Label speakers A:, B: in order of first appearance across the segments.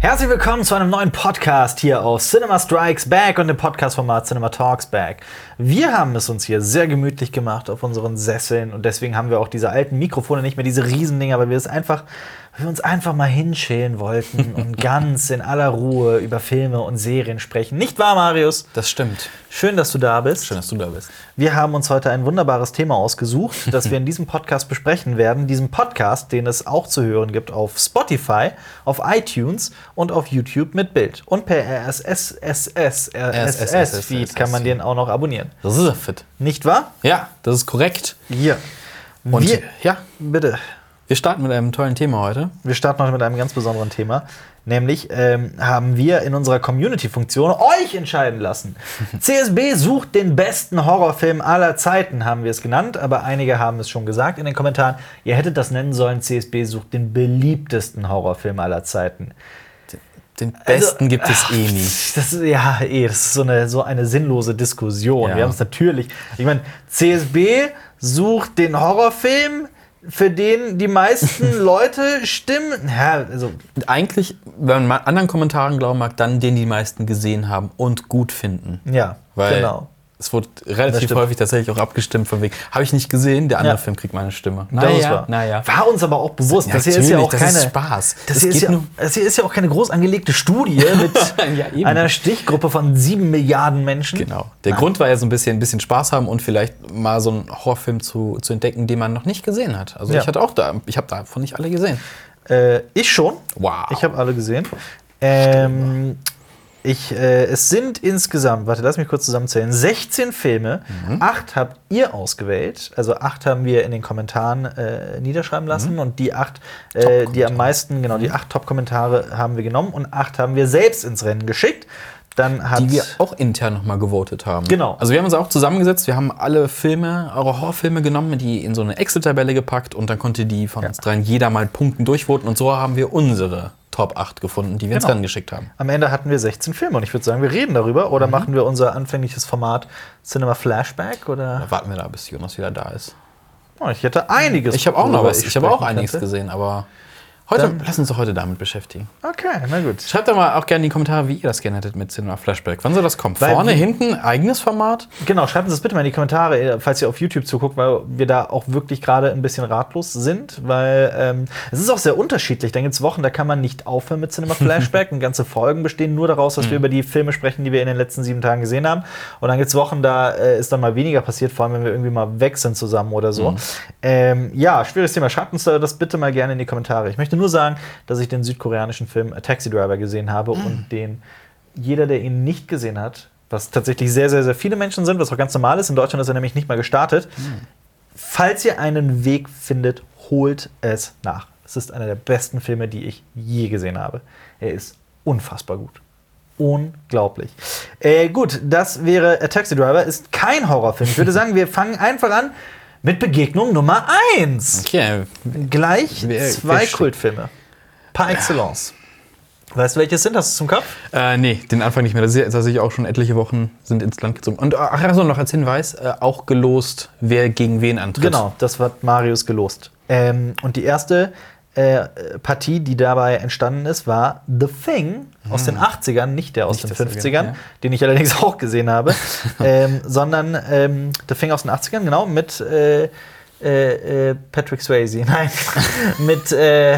A: Herzlich willkommen zu einem neuen Podcast hier auf Cinema Strikes Back und dem Podcast-Format Cinema Talks Back. Wir haben es uns hier sehr gemütlich gemacht auf unseren Sesseln und deswegen haben wir auch diese alten Mikrofone nicht mehr, diese Riesendinger, weil wir es einfach, weil wir uns einfach mal hinschälen wollten und ganz in aller Ruhe über Filme und Serien sprechen. Nicht wahr, Marius?
B: Das stimmt.
A: Schön, dass du da bist.
B: Schön, dass du da bist.
A: Wir haben uns heute ein wunderbares Thema ausgesucht, das wir in diesem Podcast besprechen werden. Diesen Podcast, den es auch zu hören gibt auf Spotify, auf iTunes und auf YouTube mit Bild. Und per RSS, RSS, RSS Feed kann man den auch noch abonnieren.
B: Das ist er fit.
A: Nicht wahr?
B: Ja, das ist korrekt.
A: Ja.
B: Und
A: wir,
B: ja,
A: bitte.
B: wir starten mit einem tollen Thema heute.
A: Wir starten heute mit einem ganz besonderen Thema. Nämlich ähm, haben wir in unserer Community-Funktion euch entscheiden lassen. CSB sucht den besten Horrorfilm aller Zeiten, haben wir es genannt, aber einige haben es schon gesagt in den Kommentaren. Ihr hättet das nennen sollen, CSB sucht den beliebtesten Horrorfilm aller Zeiten.
B: Den
A: Also,
B: besten gibt es eh nie.
A: Das ist, ja, eh, das ist so eine, so eine sinnlose Diskussion.
B: Ja.
A: Wir haben es natürlich. Ich meine, CSB sucht den Horrorfilm, für den die meisten Leute stimmen. Ja, also,
B: Und eigentlich, wenn man mal anderen Kommentaren glauben mag, dann den die meisten gesehen haben und gut finden.
A: ja,
B: Weil
A: genau.
B: es wurde
A: Das
B: relativ
A: stimmt.
B: häufig tatsächlich auch abgestimmt von wegen, habe ich nicht gesehen, der andere
A: Ja.
B: Film kriegt meine Stimme.
A: Das ist wahr.
B: naja.
A: War uns aber auch bewusst.
B: Ja,
A: das hier ist ja auch
B: natürlich, das
A: keine.
B: ist Spaß.
A: Das,
B: Es
A: hier ist
B: geht
A: ja,
B: nur-
A: das hier ist ja auch keine groß angelegte Studie
B: Ja,
A: mit
B: eben.
A: einer Stichgruppe von sieben Milliarden Menschen.
B: Genau. Der Grund war ja so ein bisschen, ein bisschen Spaß haben und vielleicht mal so einen Horrorfilm zu, zu entdecken, den man noch nicht gesehen hat. Also
A: Ja.
B: ich hatte auch da, ich habe davon nicht alle gesehen.
A: Äh, ich schon.
B: Wow.
A: Ich habe alle gesehen. Ähm, ich, äh, es sind insgesamt, warte, lass mich kurz zusammenzählen, 16 Filme.
B: Mhm.
A: Acht habt ihr ausgewählt. Also acht haben wir in den Kommentaren äh, niederschreiben
B: Mhm.
A: lassen. Und die acht, äh, die am meisten, genau, die acht Top-Kommentare haben wir genommen. Und acht haben wir selbst ins Rennen geschickt. Dann hat
B: die wir auch intern nochmal gewotet haben.
A: Genau.
B: Also wir haben uns auch zusammengesetzt, wir haben alle Filme, eure Horrorfilme genommen, die in so eine Excel-Tabelle gepackt und dann konnte die von uns dreien jeder mal Punkten durchvoten und so haben wir unsere Top 8 gefunden, die wir ins
A: Genau.
B: Rennen geschickt haben.
A: Am Ende hatten wir 16 Filme und ich würde sagen, wir reden darüber oder
B: Mhm.
A: machen wir unser anfängliches Format Cinema Flashback oder
B: Da warten wir da, bis Jonas wieder da ist.
A: oh, ich hätte einiges.
B: Ich habe auch noch
A: worüber
B: was, ich habe auch
A: sprechen
B: einiges
A: könnte.
B: gesehen, aber heute, lass uns doch heute damit beschäftigen.
A: Okay, na gut.
B: Schreibt doch mal auch gerne in die Kommentare, wie ihr das gerne hättet mit Cinema Flashback. Wann soll das kommen?
A: Weil
B: Vorne,
A: wir-
B: hinten, eigenes Format?
A: Genau, schreibt uns das bitte mal in die Kommentare, äh, falls ihr auf YouTube zuguckt, weil wir da auch wirklich gerade ein bisschen ratlos sind, weil ähm, es ist auch sehr unterschiedlich. Dann gibt es Wochen, da kann man nicht aufhören mit Cinema Flashback und ganze Folgen bestehen nur daraus, dass wir über die Filme sprechen, die wir in den letzten sieben Tagen gesehen haben. Und dann gibt es Wochen, da äh, ist dann mal weniger passiert, vor allem wenn wir irgendwie mal weg sind zusammen oder so. Ähm, ja, schwieriges Thema. Schreibt uns da das bitte mal gerne in die Kommentare. Ich möchte nur sagen, dass ich den südkoreanischen Film A Taxi Driver gesehen habe und den jeder, der ihn nicht gesehen hat, was tatsächlich sehr, sehr, sehr viele Menschen sind, was auch ganz normal ist. In Deutschland ist er nämlich nicht mal gestartet. Falls ihr einen Weg findet, holt es nach. Es ist einer der besten Filme, die ich je gesehen habe. Er ist unfassbar gut. Unglaublich. Äh, gut, das wäre A Taxi Driver, ist kein Horrorfilm. Ich würde sagen, wir fangen einfach an mit Begegnung Nummer 1.
B: Okay,
A: Gleich
B: Wir- wir
A: zwei
B: sch-
A: Kultfilme. Par excellence. Weißt du, welche es sind? Hast du es zum Kopf?
B: Äh, nee, den Anfang nicht mehr. Das ist ja tatsächlich auch schon etliche Wochen sind ins Land gezogen. Und äh, ach ja, so noch als Hinweis, äh, auch gelost, wer gegen wen antritt.
A: Genau, das hat Marius gelost. Ähm, und die erste äh, Partie, die dabei entstanden ist, war The Thing aus den 80ern, nicht der aus
B: Hm. Nicht
A: den
B: das
A: 50ern,
B: Original, ja.
A: den ich allerdings auch gesehen habe, ähm, sondern ähm, The Thing aus den 80ern, genau, mit äh, äh, äh, Patrick Swayze, nein, mit äh,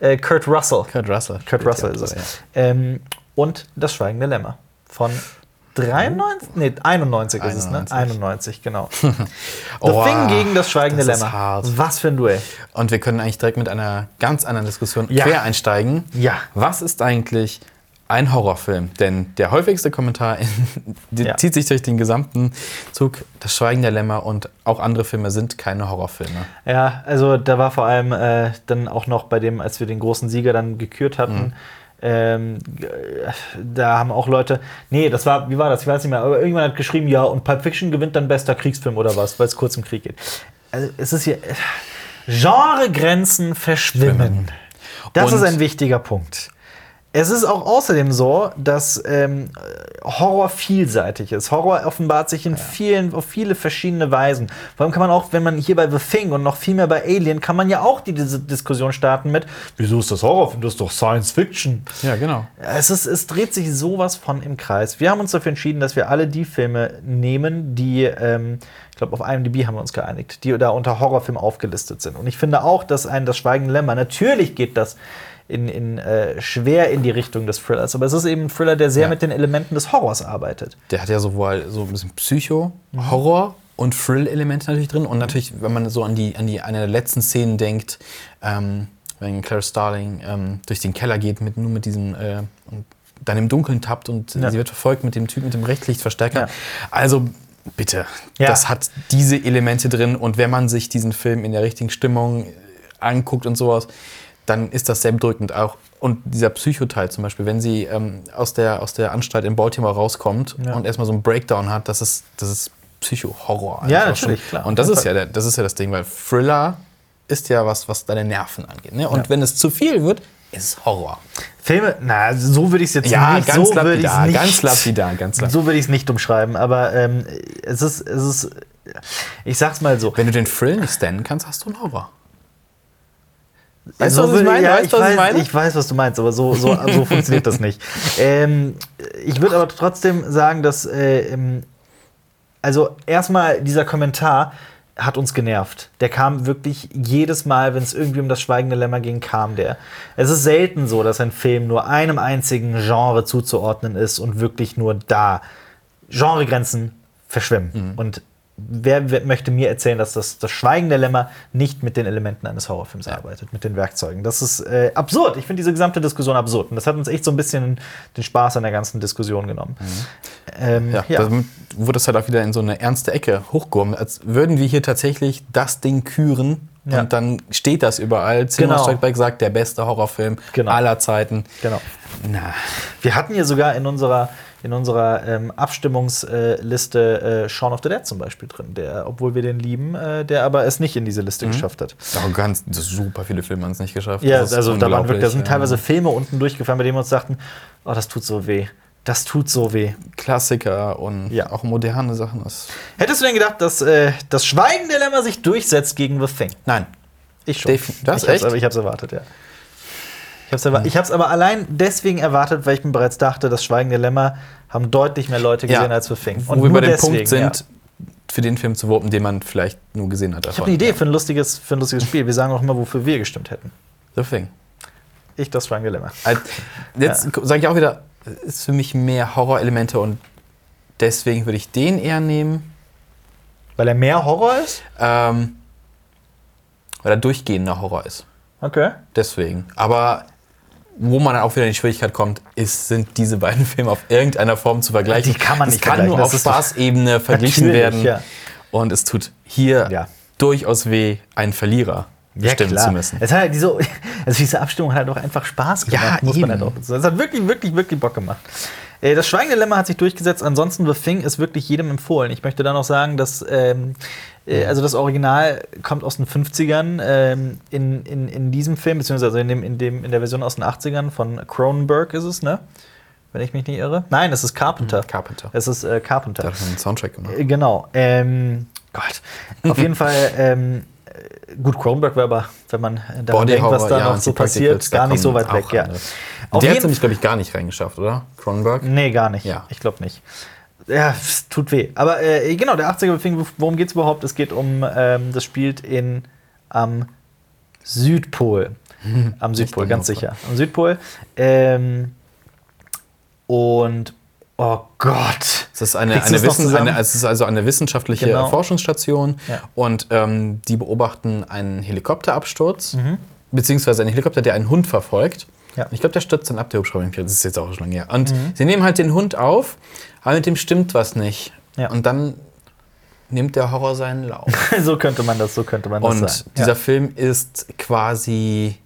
A: äh, Kurt Russell.
B: Kurt Russell.
A: Kurt Russell ist es. Ähm, und Das Schweigende Lämmer von 93, nee, 91, ist es, ne?
B: 91.
A: 91, genau. The
B: Oh,
A: Thing gegen das Schweigende
B: das ist
A: Lämmer.
B: hart.
A: Was für ein Duell.
B: Und wir können eigentlich direkt mit einer ganz anderen Diskussion
A: Ja.
B: quer einsteigen.
A: Ja.
B: Was ist eigentlich ein Horrorfilm? Denn der häufigste Kommentar in, die
A: Ja.
B: zieht sich durch den gesamten Zug. Das Schweigen der Lämmer und auch andere Filme sind keine Horrorfilme.
A: Ja, also da war vor allem äh, dann auch noch bei dem, als wir den großen Sieger dann gekürt hatten,
B: Mhm.
A: ähm, g- äh, da haben auch Leute, nee, das war, wie war das? Ich weiß nicht mehr, aber irgendjemand hat geschrieben, ja, und Pulp Fiction gewinnt dann bester Kriegsfilm oder was, weil es kurz im Krieg geht. Also es ist hier, äh, Genregrenzen verschwimmen. Das
B: Und-
A: ist ein wichtiger Punkt. Es ist auch außerdem so, dass ähm, Horror vielseitig ist. Horror offenbart sich in vielen, auf viele verschiedene Weisen. Vor allem kann man auch, wenn man hier bei The Thing und noch viel mehr bei Alien, kann man ja auch die, diese Diskussion starten mit, wieso ist das Horrorfilm? Das ist doch Science Fiction.
B: Ja, genau.
A: Es, ist, es dreht sich sowas von im Kreis. Wir haben uns dafür entschieden, dass wir alle die Filme nehmen, die, ähm, ich glaube, auf IMDb haben wir uns geeinigt, die da unter Horrorfilm aufgelistet sind. Und ich finde auch, dass ein Das Schweigen Lämmer, natürlich geht das in, in, äh, schwer in die Richtung des Thrillers, aber es ist eben ein Thriller, der sehr
B: Ja.
A: mit den Elementen des Horrors arbeitet.
B: Der hat ja sowohl so ein bisschen Psycho, Horror und Thrill-Elemente natürlich drin. Und natürlich, wenn man so an die, an die eine der letzten Szenen denkt, ähm, wenn Claire Starling ähm, durch den Keller geht, mit, nur mit diesem äh, und dann im Dunkeln tappt und
A: Ja.
B: sie wird verfolgt mit dem Typ mit dem Rechtlichtverstärker.
A: Ja.
B: Also bitte,
A: Ja.
B: das hat diese Elemente drin. Und wenn man sich diesen Film in der richtigen Stimmung äh, anguckt und sowas, dann ist das sehr bedrückend. Auch und dieser Psychoteil zum Beispiel, wenn sie ähm, aus, der, aus der Anstalt in Baltimore rauskommt
A: Ja.
B: und erstmal so einen Breakdown hat, das ist, das ist Psycho-Horror.
A: Ja,
B: einfach schon.
A: natürlich, klar.
B: Und das
A: Auf
B: ist, ja
A: jeden
B: der, das ist ja das Ding, weil Thriller ist ja was, was deine Nerven angeht. Ne? Und
A: Ja.
B: wenn es zu viel wird, ist es Horror.
A: Filme, na, so würde ich es jetzt nicht, so würde ich's nicht,
B: ganz lapidar, ganz lapidar.
A: so würde ich es nicht umschreiben, aber ähm, es ist, es ist, ich sag's mal so.
B: Wenn du den Thrill nicht standen kannst, hast du einen Horror.
A: so würde- Ja,
B: Weißt du, was ich meine?
A: Ich weiß, was du meinst, aber so, so, so funktioniert das nicht. Ähm, ich würde aber trotzdem sagen, dass, äh, ähm, also erstmal dieser Kommentar hat uns genervt. Der kam wirklich jedes Mal, wenn es irgendwie um das Schweigende Lämmer ging, kam der. Es ist selten so, dass ein Film nur einem einzigen Genre zuzuordnen ist und wirklich nur da Genregrenzen verschwimmen. Und wer, wer möchte mir erzählen, dass das, das Schweigen der Lämmer nicht mit den Elementen eines Horrorfilms arbeitet, mit den Werkzeugen? Das ist äh, absurd. Ich finde diese gesamte Diskussion absurd. Und das hat uns echt so ein bisschen den Spaß an der ganzen Diskussion genommen. Ähm,
B: Ja, Damit wurde es halt auch wieder in so eine ernste Ecke hochgehoben, als würden wir hier tatsächlich das Ding küren
A: Ja.
B: und dann steht das überall. Cinema
A: Genau.
B: Strike Back sagt, der beste Horrorfilm
A: Genau.
B: aller Zeiten.
A: genau.
B: Na,
A: Wir hatten hier sogar in unserer, in unserer ähm, Abstimmungsliste äh, Shaun of the Dead zum Beispiel drin, der, obwohl wir den lieben, äh, der aber es nicht in diese Liste geschafft hat.
B: oh, ganz das super viele Filme haben es nicht geschafft.
A: Ja,
B: Das ist
A: also da waren wirklich, da
B: unglaublich.
A: sind teilweise Filme unten durchgefallen, bei denen wir uns dachten, oh, das tut so weh. Das tut so weh.
B: Ähm, Klassiker und
A: Ja.
B: auch moderne Sachen. Das
A: Hättest du denn gedacht, dass äh, das Schweigende Lämmer sich durchsetzt gegen The Thing?
B: Nein,
A: Ich schon.
B: Def- das
A: ich hab's,
B: echt?
A: aber- Ich hab's erwartet, ja. Ich hab's, erwa ich hab's aber allein deswegen erwartet, weil ich mir bereits dachte, das Schweigende Lämmer haben deutlich mehr Leute
B: Ja.
A: gesehen als The Thing.
B: wo wir
A: nur
B: bei dem
A: deswegen,
B: Punkt
A: ja.
B: sind, für den Film zu voten, den man vielleicht nur gesehen hat.
A: Ich habe eine Idee für ein, lustiges, für ein lustiges Spiel. Wir sagen auch immer, wofür wir gestimmt hätten.
B: The Thing.
A: Ich, das Schweigende Lämmer.
B: Also, Jetzt sage ich auch wieder, es ist für mich mehr Horrorelemente und deswegen würde ich den eher nehmen.
A: Weil er mehr Horror ist?
B: Ähm, weil er durchgehender Horror ist.
A: Okay.
B: Deswegen. Aber wo man dann auch wieder in die Schwierigkeit kommt, ist, sind diese beiden Filme auf irgendeiner Form zu vergleichen.
A: Die kann man nicht
B: das kann
A: vergleichen,
B: nur
A: das
B: auf
A: ist doch-
B: Spaßebene verglichen
A: Natürlich,
B: werden.
A: ja.
B: Und es tut hier
A: Ja.
B: durchaus weh, einen Verlierer bestimmen zu müssen.
A: Es hat halt diese, also diese Abstimmung hat halt auch einfach Spaß gemacht.
B: Ja,
A: muss man
B: eben.
A: halt auch sagen. Es hat wirklich, wirklich, wirklich Bock gemacht. Äh, Das Schweigende Lämmer hat sich durchgesetzt. Ansonsten The Thing ist wirklich jedem empfohlen. Ich möchte da noch sagen, dass ähm, äh, also das Original kommt aus den 50ern. Ähm, in, in, in diesem Film, beziehungsweise in, dem, in, dem, in der Version aus den 80ern von Cronenberg ist es, ne? Wenn ich mich nicht irre. Nein, es ist Carpenter.
B: Carpenter.
A: Es ist äh, Carpenter.
B: Da hat man einen Soundtrack gemacht.
A: Äh, Genau. Ähm, Gott. Auf jeden Fall, ähm, äh, gut, Cronenberg war aber, wenn man äh, daran
B: Body
A: denkt, was
B: Horror,
A: da
B: ja,
A: noch
B: und
A: so
B: die Particles,
A: passiert,
B: da
A: gar nicht so
B: kommen
A: weit weg,
B: auch
A: ja.
B: andere.
A: Auf
B: der hat
A: jeden-
B: es nämlich, glaube ich, gar nicht reingeschafft, oder? Cronenberg?
A: Nee, gar nicht.
B: Ja.
A: Ich glaube nicht. Ja, es tut weh. Aber äh, genau, der 80er Film, worum geht es überhaupt? Es geht um, ähm, das spielt in am Südpol. Am Südpol,
B: am
A: ganz
B: Nordpol.
A: sicher. Am Südpol. Ähm, und oh Gott.
B: Es ist, eine,
A: Kriegst
B: eine
A: du das noch
B: Wissen,
A: zusammen?
B: eine, es ist also eine wissenschaftliche
A: Genau.
B: Forschungsstation
A: Ja.
B: und ähm, die beobachten einen Helikopterabsturz, beziehungsweise einen Helikopter, der einen Hund verfolgt.
A: Ja.
B: Ich glaube, der stürzt dann ab, der Hubschrauber. Das ist jetzt auch schon lange her. Und sie nehmen halt den Hund auf, aber mit dem stimmt was nicht.
A: Ja.
B: Und dann nimmt der Horror seinen Lauf.
A: so könnte man das, so könnte man das
B: Und
A: sagen.
B: dieser
A: ja.
B: Film ist quasi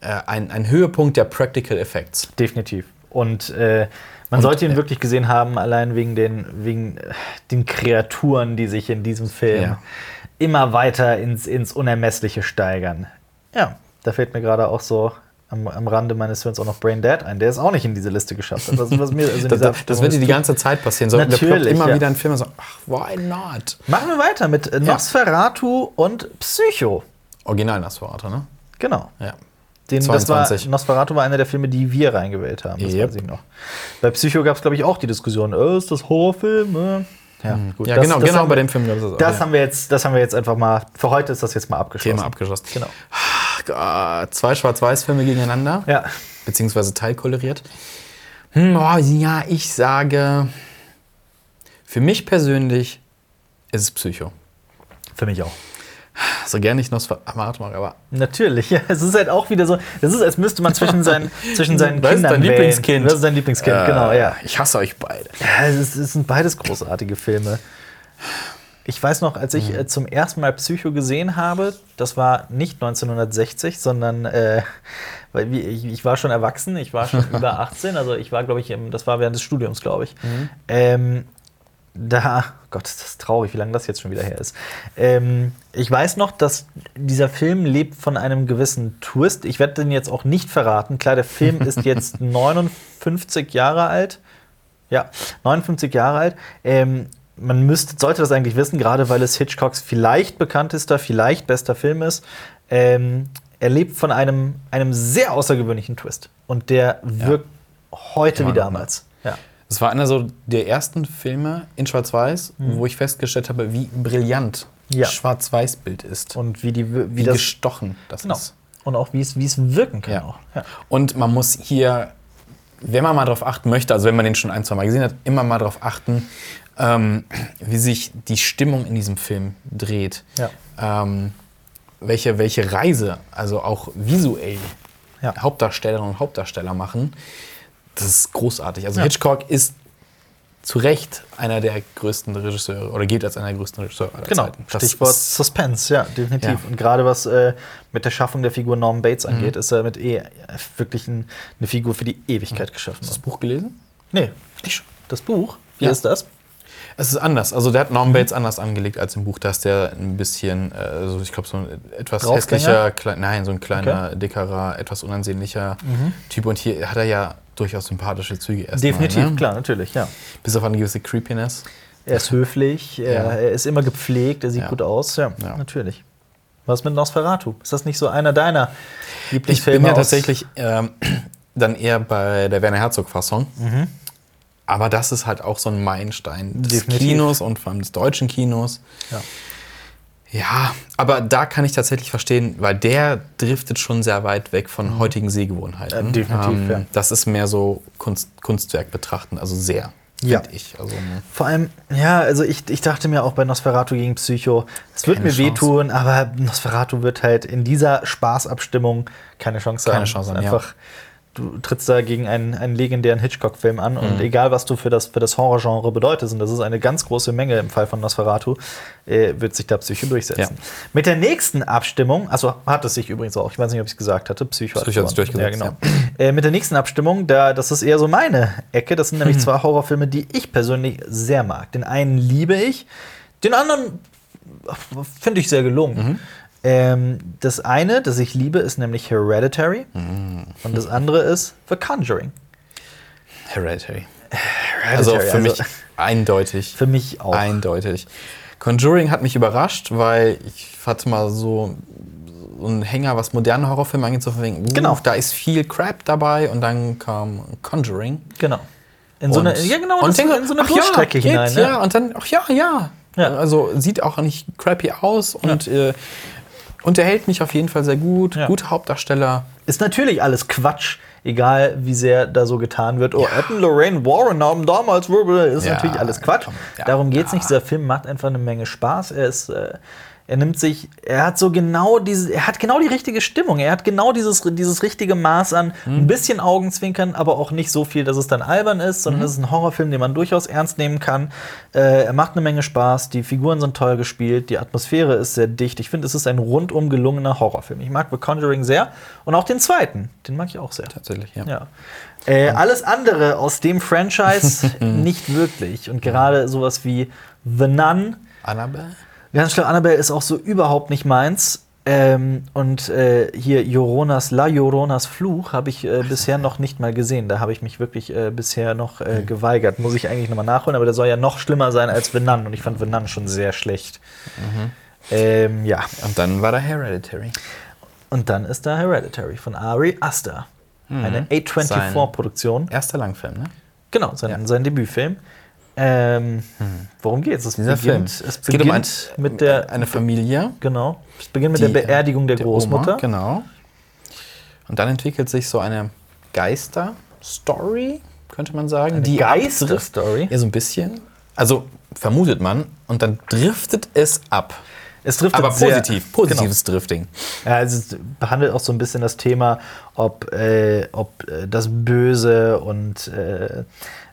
B: äh, ein, ein Höhepunkt der Practical Effects.
A: Definitiv. Und äh, man sollte ihn
B: äh,
A: wirklich gesehen haben, allein wegen den, wegen äh, den Kreaturen, die sich in diesem Film
B: Ja.
A: immer weiter ins, ins Unermessliche steigern. Ja, da fällt mir gerade auch so am, am Rande meines Hirns auch noch Brain Dead ein, der es auch nicht in diese Liste geschafft hat. Was, was mir, also in
B: Das,
A: dieser
B: das, das wird dir die ganze Zeit passieren. So, da ploppt
A: Natürlich,
B: immer
A: ja.
B: wieder ein Film und so, ach, why not?
A: Machen wir weiter mit äh, Nosferatu und Psycho.
B: Original Nosferatu, ne?
A: Genau.
B: Ja.
A: Den, das war,
B: 22.
A: Nosferatu war einer der Filme, die wir reingewählt haben. Das
B: Yep.
A: weiß ich noch. Bei Psycho gab es, glaube ich, auch die Diskussion, äh, ist das Horrorfilm? Äh? Ja, gut.
B: ja,
A: das,
B: genau,
A: das
B: genau
A: haben,
B: bei dem Film gab es das auch.
A: Das
B: ja.
A: haben wir jetzt, das haben wir jetzt einfach mal, für heute ist das jetzt mal abgeschlossen.
B: Thema abgeschossen.
A: Genau.
B: Ach, Gott, zwei Schwarz-Weiß-Filme gegeneinander,
A: Ja.
B: beziehungsweise teilkoloriert. Hm, oh, ja, ich sage, für mich persönlich ist es Psycho. Also
A: Für mich auch.
B: So gerne ich Nosferatu mag, aber
A: Natürlich, ja. Es ist halt auch wieder so, es ist, als müsste man zwischen seinen, zwischen seinen
B: Da ist
A: Kindern
B: dein
A: wählen.
B: Lieblingskind.
A: Das ist sein Lieblingskind, genau,
B: Äh,
A: ja.
B: Ich hasse euch beide.
A: Ja, es, ist, es sind beides großartige Filme. Ich weiß noch, als ich äh, zum ersten Mal Psycho gesehen habe, das war nicht 1960, sondern äh, weil wie, ich, ich war schon erwachsen, ich war schon über 18, also ich war, glaube ich, im, das war während des Studiums, glaube ich. Ähm, da, Gott, ist das traurig, wie lange das jetzt schon wieder her ist. Ähm, ich weiß noch, dass dieser Film lebt von einem gewissen Twist. Ich werde den jetzt auch nicht verraten. Klar, der Film ist jetzt 59 Jahre alt. Ja, 59 Jahre alt. Ähm, man müsste, sollte das eigentlich wissen, gerade weil es Hitchcocks vielleicht bekanntester, vielleicht bester Film ist. Ähm, er lebt von einem, einem sehr außergewöhnlichen Twist. Und der wirkt heute
B: Immer
A: wie
B: noch, ne?
A: damals. Ja.
B: Es war einer so der ersten Filme in Schwarz-Weiß, wo ich festgestellt habe, wie brillant
A: Mhm. Ja.
B: Schwarz-Weiß-Bild ist.
A: Und wie, die, wie,
B: wie
A: das
B: gestochen das
A: Genau.
B: ist.
A: Und auch, wie es, wie es wirken kann.
B: Genau. Ja.
A: Auch. Ja.
B: Und man muss hier, wenn man mal darauf achten möchte, also wenn man den schon ein, zwei Mal gesehen hat, immer mal darauf achten, ähm, wie sich die Stimmung in diesem Film dreht.
A: Ja.
B: Ähm, welche, welche Reise, also auch visuell,
A: Ja.
B: Hauptdarstellerinnen und Hauptdarsteller machen. Das ist großartig. Also
A: Ja.
B: Hitchcock ist zu Recht einer der größten Regisseure oder gilt als einer der größten Regisseure aller
A: Genau.
B: Zeiten. Das
A: Stichwort
B: ist-
A: Suspense, ja, definitiv.
B: Ja. Mhm.
A: Und gerade was äh, mit der Schaffung der Figur Norman Bates angeht, ist er mit eh wirklich ein, eine Figur für die Ewigkeit geschaffen.
B: Hast du
A: worden.
B: Mhm. das Buch gelesen?
A: Nee, das Buch, wie
B: Ja.
A: ist das?
B: Es ist anders. Also der hat
A: Mhm.
B: Norman Bates anders angelegt als im Buch. Da ist der ein bisschen, äh, so ich glaube, so ein etwas
A: Draufgänger?
B: hässlicher, klein, nein, so ein kleiner, dickerer, etwas unansehnlicher
A: Mhm.
B: Typ. Und hier hat er ja durchaus sympathische Züge erstmal.
A: Definitiv,
B: ne?
A: klar, natürlich, ja.
B: Bis auf eine gewisse Creepiness.
A: Er ist höflich,
B: Ja.
A: er, er ist immer gepflegt, er sieht
B: Ja.
A: gut aus, ja,
B: Ja.
A: natürlich. Was mit Nosferatu? Ist das nicht so einer deiner
B: Ich bin
A: Lieblingsfilme?
B: ja
A: aus-
B: tatsächlich ähm, dann eher bei der Werner Herzog-Fassung.
A: Mhm.
B: Aber das ist halt auch so ein Meilenstein des
A: Definitiv.
B: Kinos und vor allem des deutschen Kinos.
A: Ja.
B: Ja, aber da kann ich tatsächlich verstehen, weil der driftet schon sehr weit weg von heutigen Sehgewohnheiten.
A: Mhm.
B: Ähm,
A: Äh, definitiv, ja.
B: Das ist mehr so Kunst, Kunstwerk betrachten, also sehr,
A: Ja.
B: find ich. Also, ne.
A: Vor allem, ja, also ich, ich dachte mir auch bei Nosferatu gegen Psycho, es wird
B: Keine
A: mir
B: Chance.
A: wehtun, aber Nosferatu wird halt in dieser Spaßabstimmung keine Chance
B: Keine
A: haben.
B: Chance
A: Es
B: haben,
A: ist
B: ja.
A: einfach, du trittst da gegen einen, einen legendären Hitchcock-Film an
B: Mhm.
A: und egal, was du für das, für das Horrorgenre bedeutest, und das ist eine ganz große Menge im Fall von Nosferatu, äh, wird sich da Psycho durchsetzen. Mit der nächsten Abstimmung, also hat es sich übrigens auch, ich weiß nicht, ob ich es gesagt hatte, Psycho,
B: Psycho
A: gewonnen.
B: hat's durchgesetzt,
A: Ja, genau. Äh, mit der nächsten Abstimmung, da, das ist eher so meine Ecke. Das sind
B: Mhm.
A: nämlich zwei Horrorfilme, die ich persönlich sehr mag. Den einen liebe ich, den anderen finde ich sehr gelungen.
B: Mhm.
A: Ähm, das eine, das ich liebe, ist nämlich Hereditary.
B: Mhm.
A: Und das andere ist The Conjuring.
B: Hereditary. Also für mich eindeutig.
A: Für mich auch.
B: Eindeutig. Conjuring hat mich überrascht, weil ich hatte mal so, so einen Hänger, was moderne Horrorfilme angeht, so von wegen, uh,
A: Genau.
B: da ist viel Crap dabei und dann kam Conjuring.
A: Genau. In so
B: und,
A: eine, ja, genau,
B: und
A: das-
B: denke,
A: in so eine
B: ach ja,
A: Durchstrecke
B: geht,
A: hinein. ne?
B: Ja.
A: Ja.
B: und dann, ach ja, ja.
A: Ja.
B: Also sieht auch nicht crappy aus und äh, unterhält mich auf jeden Fall sehr gut.
A: Ja.
B: Gute Hauptdarsteller.
A: Ist natürlich alles Quatsch, egal wie sehr da so getan wird. Oh, hätten Lorraine Warren haben damals, ist
B: Ja,
A: natürlich alles Quatsch.
B: komm, ja,
A: Darum geht es
B: ja.
A: nicht. Dieser Film macht einfach eine Menge Spaß. Er ist. Äh, er nimmt sich, er hat so genau diese, er hat genau die richtige Stimmung, er hat genau dieses, dieses richtige Maß an, ein bisschen Augenzwinkern, aber auch nicht so viel, dass es dann albern ist, sondern es ist ein Horrorfilm, den man durchaus ernst nehmen kann. Äh, er macht eine Menge Spaß, die Figuren sind toll gespielt, die Atmosphäre ist sehr dicht. Ich finde, es ist ein rundum gelungener Horrorfilm. Ich mag The Conjuring sehr und auch den zweiten, den mag ich auch sehr.
B: Tatsächlich, ja.
A: Ja. Äh, alles andere aus dem Franchise nicht wirklich. Und gerade sowas wie The Nun,
B: Annabelle?
A: ganz schlimm, Annabelle ist auch so überhaupt nicht meins. Ähm, und äh, hier Joronas, La Joronas Fluch habe ich äh, bisher noch nicht mal gesehen. Da habe ich mich wirklich äh, bisher noch äh, geweigert. Muss ich eigentlich nochmal nachholen, aber der soll ja noch schlimmer sein als Venan. Und ich fand Venan schon sehr schlecht. Ähm, ja.
B: Und dann war da Hereditary.
A: Und dann ist da Hereditary von Ari Aster. Eine A24-Produktion.
B: Erster Langfilm, ne?
A: Genau, sein, sein Debütfilm. Ähm, Worum geht's? Es
B: Hm. Dieser Film. um
A: beginnt, Es beginnt mit der
B: eine Familie.
A: Genau. Es beginnt mit
B: die,
A: der
B: äh,
A: Beerdigung der, Großmutter.
B: Oma, genau. Und dann entwickelt sich so eine Geister-Story, könnte man sagen. die abdriftet-
A: Geisterstory.
B: Ja, so ein bisschen. Also vermutet man. Und dann driftet es ab.
A: Es trifft
B: Aber
A: jetzt sehr-
B: positiv. Positives Drifting.
A: Genau. Ja, also es behandelt auch so ein bisschen das Thema, ob, äh, ob äh, das Böse und äh,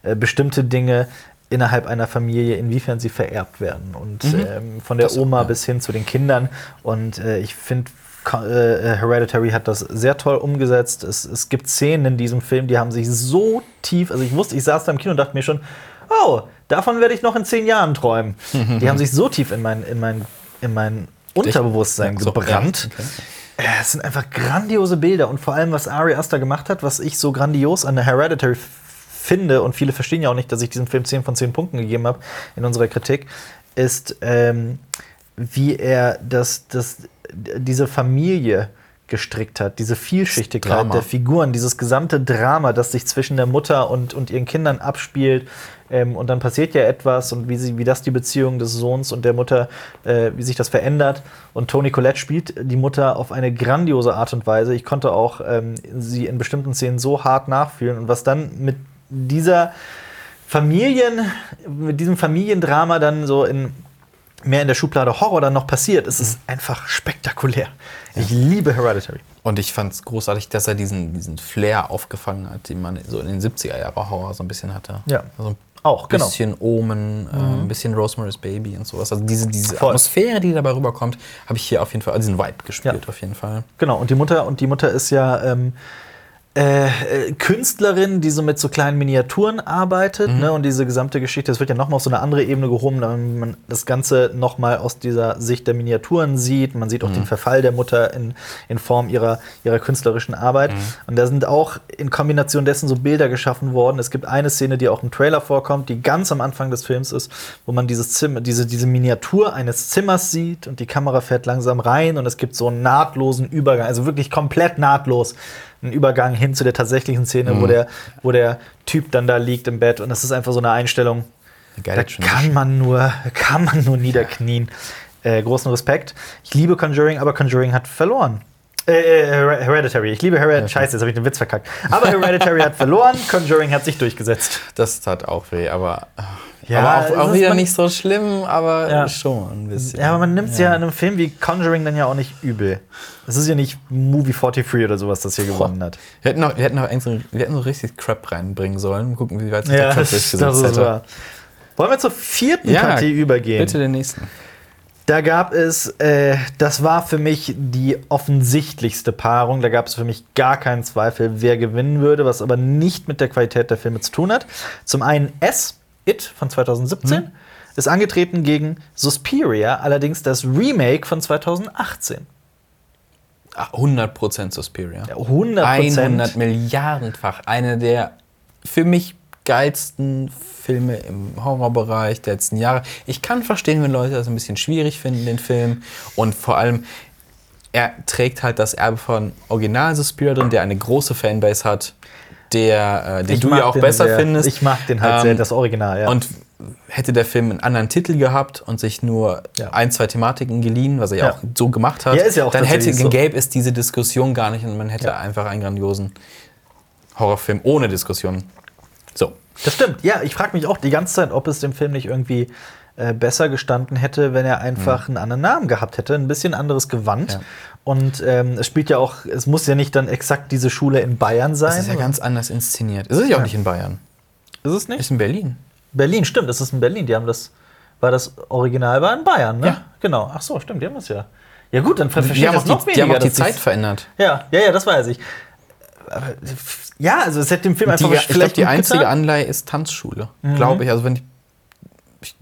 A: äh, bestimmte Dinge innerhalb einer Familie, inwiefern sie vererbt werden. Und ähm, von der
B: Mhm. Das auch,
A: Oma
B: ja.
A: bis hin zu den Kindern. Und äh, ich finde, äh, Hereditary hat das sehr toll umgesetzt. Es, es gibt Szenen in diesem Film, die haben sich so tief, also ich wusste, ich saß da im Kino und dachte mir schon, oh, davon werde ich noch in zehn Jahren träumen. die haben sich so tief in mein, in mein, in mein Unterbewusstsein
B: Ja, so,
A: gebrannt.
B: ja, okay.
A: Äh, Es sind einfach grandiose Bilder und vor allem, was Ari Aster gemacht hat, was ich so grandios an der Hereditary f- finde und viele verstehen ja auch nicht, dass ich diesem Film 10 von 10 Punkten gegeben habe in unserer Kritik, ist, ähm, wie er das, das, d- diese Familie gestrickt hat, diese
B: Das
A: Vielschichtigkeit
B: Drama.
A: der Figuren, dieses gesamte Drama, das sich zwischen der Mutter und, und ihren Kindern abspielt. Ähm, und dann passiert ja etwas und wie, sie, wie das die Beziehung des Sohns und der Mutter, äh, wie sich das verändert. Und Toni Collette spielt die Mutter auf eine grandiose Art und Weise. Ich konnte auch ähm, sie in bestimmten Szenen so hart nachfühlen. Und was dann mit dieser Familien, mit diesem Familiendrama dann so in mehr in der Schublade Horror dann noch passiert, es ist einfach spektakulär. Ich liebe Hereditary.
B: Und ich fand es großartig, dass er diesen, diesen Flair aufgefangen hat, den man so in den 70er Jahre Horror so ein bisschen hatte.
A: Ja.
B: Also ein
A: Auch, genau. Mhm.
B: bisschen Omen, äh, ein bisschen Rosemary's Baby und sowas. Also diese, diese
A: Voll.
B: Atmosphäre, die dabei rüberkommt, habe ich hier auf jeden Fall, also diesen Vibe gespürt
A: Ja.
B: auf jeden Fall.
A: Genau, und die Mutter, und die Mutter ist ja ähm, äh, äh, Künstlerin, die so mit so kleinen Miniaturen arbeitet, ne? Und diese gesamte Geschichte, das wird ja nochmal auf so eine andere Ebene gehoben, damit man das Ganze nochmal aus dieser Sicht der Miniaturen sieht. Man sieht auch den Verfall der Mutter in, in Form ihrer, ihrer künstlerischen Arbeit. Und da sind auch in Kombination dessen so Bilder geschaffen worden. Es gibt eine Szene, die auch im Trailer vorkommt, die ganz am Anfang des Films ist, wo man dieses Zimmer, diese, diese Miniatur eines Zimmers sieht und die Kamera fährt langsam rein und es gibt so einen nahtlosen Übergang, also wirklich komplett nahtlos einen Übergang hin zu der tatsächlichen Szene,
B: Mhm.
A: wo, der, wo der Typ dann da liegt im Bett und das ist einfach so eine Einstellung,
B: Geil,
A: da kann man nur, kann man nur niederknien. Äh, großen Respekt. Ich liebe Conjuring, aber Conjuring hat verloren. Äh, äh, Her- Hereditary. Ich liebe Hereditary. Scheiße, jetzt habe ich den Witz verkackt. Aber Hereditary hat verloren, Conjuring hat sich durchgesetzt.
B: Das tat auch weh, aber,
A: Ja,
B: aber
A: es
B: auch, auch
A: ist-
B: wieder
A: man-
B: nicht so schlimm, aber
A: Ja.
B: schon ein bisschen.
A: Ja, aber man nimmt es ja. in einem Film wie Conjuring dann ja auch nicht übel. Es ist ja nicht Movie 43 oder sowas, das hier gewonnen hat.
B: wir hätten noch, wir hätten noch eigentlich so, wir hätten so richtig Crap reinbringen sollen. Mal Gucken, wie weit sich
A: Ja,
B: Crap
A: das, das ist wahr. Wollen wir zur vierten
B: Ja,
A: Partie übergehen?
B: Bitte den nächsten.
A: Da gab es, äh, das war für mich die offensichtlichste Paarung. Da gab es für mich gar keinen Zweifel, wer gewinnen würde, was aber nicht mit der Qualität der Filme zu tun hat. Zum einen S, It von 2017,
B: Mhm.
A: ist angetreten gegen Suspiria, allerdings das Remake von 2018.
B: Ah, 100% Suspiria. 100
A: 100
B: Milliardenfach. Eine der für mich geilsten Filme im Horrorbereich der letzten Jahre. Ich kann verstehen, wenn Leute das ein bisschen schwierig finden, den Film. Und vor allem, er trägt halt das Erbe von Original Suspiria drin, der eine große Fanbase hat, der, äh, den
A: Ich
B: du
A: mag
B: ja auch
A: den
B: besser
A: sehr.
B: findest.
A: Ich mag den halt
B: Ähm,
A: sehr, das Original, ja.
B: Und hätte der Film einen anderen Titel gehabt und sich nur
A: Ja.
B: ein, zwei Thematiken geliehen, was er ja,
A: Ja.
B: auch so gemacht hat,
A: Ja, ist ja auch
B: dann hätte,
A: tatsächlich so.
B: gäbe es diese Diskussion gar nicht und man hätte
A: Ja.
B: einfach einen grandiosen Horrorfilm ohne Diskussion. So.
A: Das stimmt, ja. Ich frage mich auch die ganze Zeit, ob es dem Film nicht irgendwie äh, besser gestanden hätte, wenn er einfach einen anderen Namen gehabt hätte, ein bisschen anderes Gewand.
B: Mhm. Ja.
A: Und ähm, es spielt ja auch, es muss ja nicht dann exakt diese Schule in Bayern sein.
B: Das ist ja ganz anders inszeniert. Es ist ja auch nicht in Bayern.
A: ist es nicht?
B: Es ist in Berlin.
A: Berlin, stimmt, es ist in Berlin. Die haben das, war das Original war in Bayern, ne?
B: Ja.
A: Genau. Ach so, stimmt, die haben das ja. Ja gut, dann verstehe
B: Die
A: ich
B: haben,
A: das
B: auch
A: noch
B: die,
A: weniger.
B: die haben auch die
A: dass
B: Zeit
A: die's-
B: verändert.
A: Ja, ja, ja, das weiß ich. Aber, äh, ja, also es hätte dem Film
B: Die,
A: einfach
B: ich glaube, die
A: gut
B: einzige
A: getan. Mhm.
B: Anleihe ist Tanzschule, glaube ich. Also wenn ich,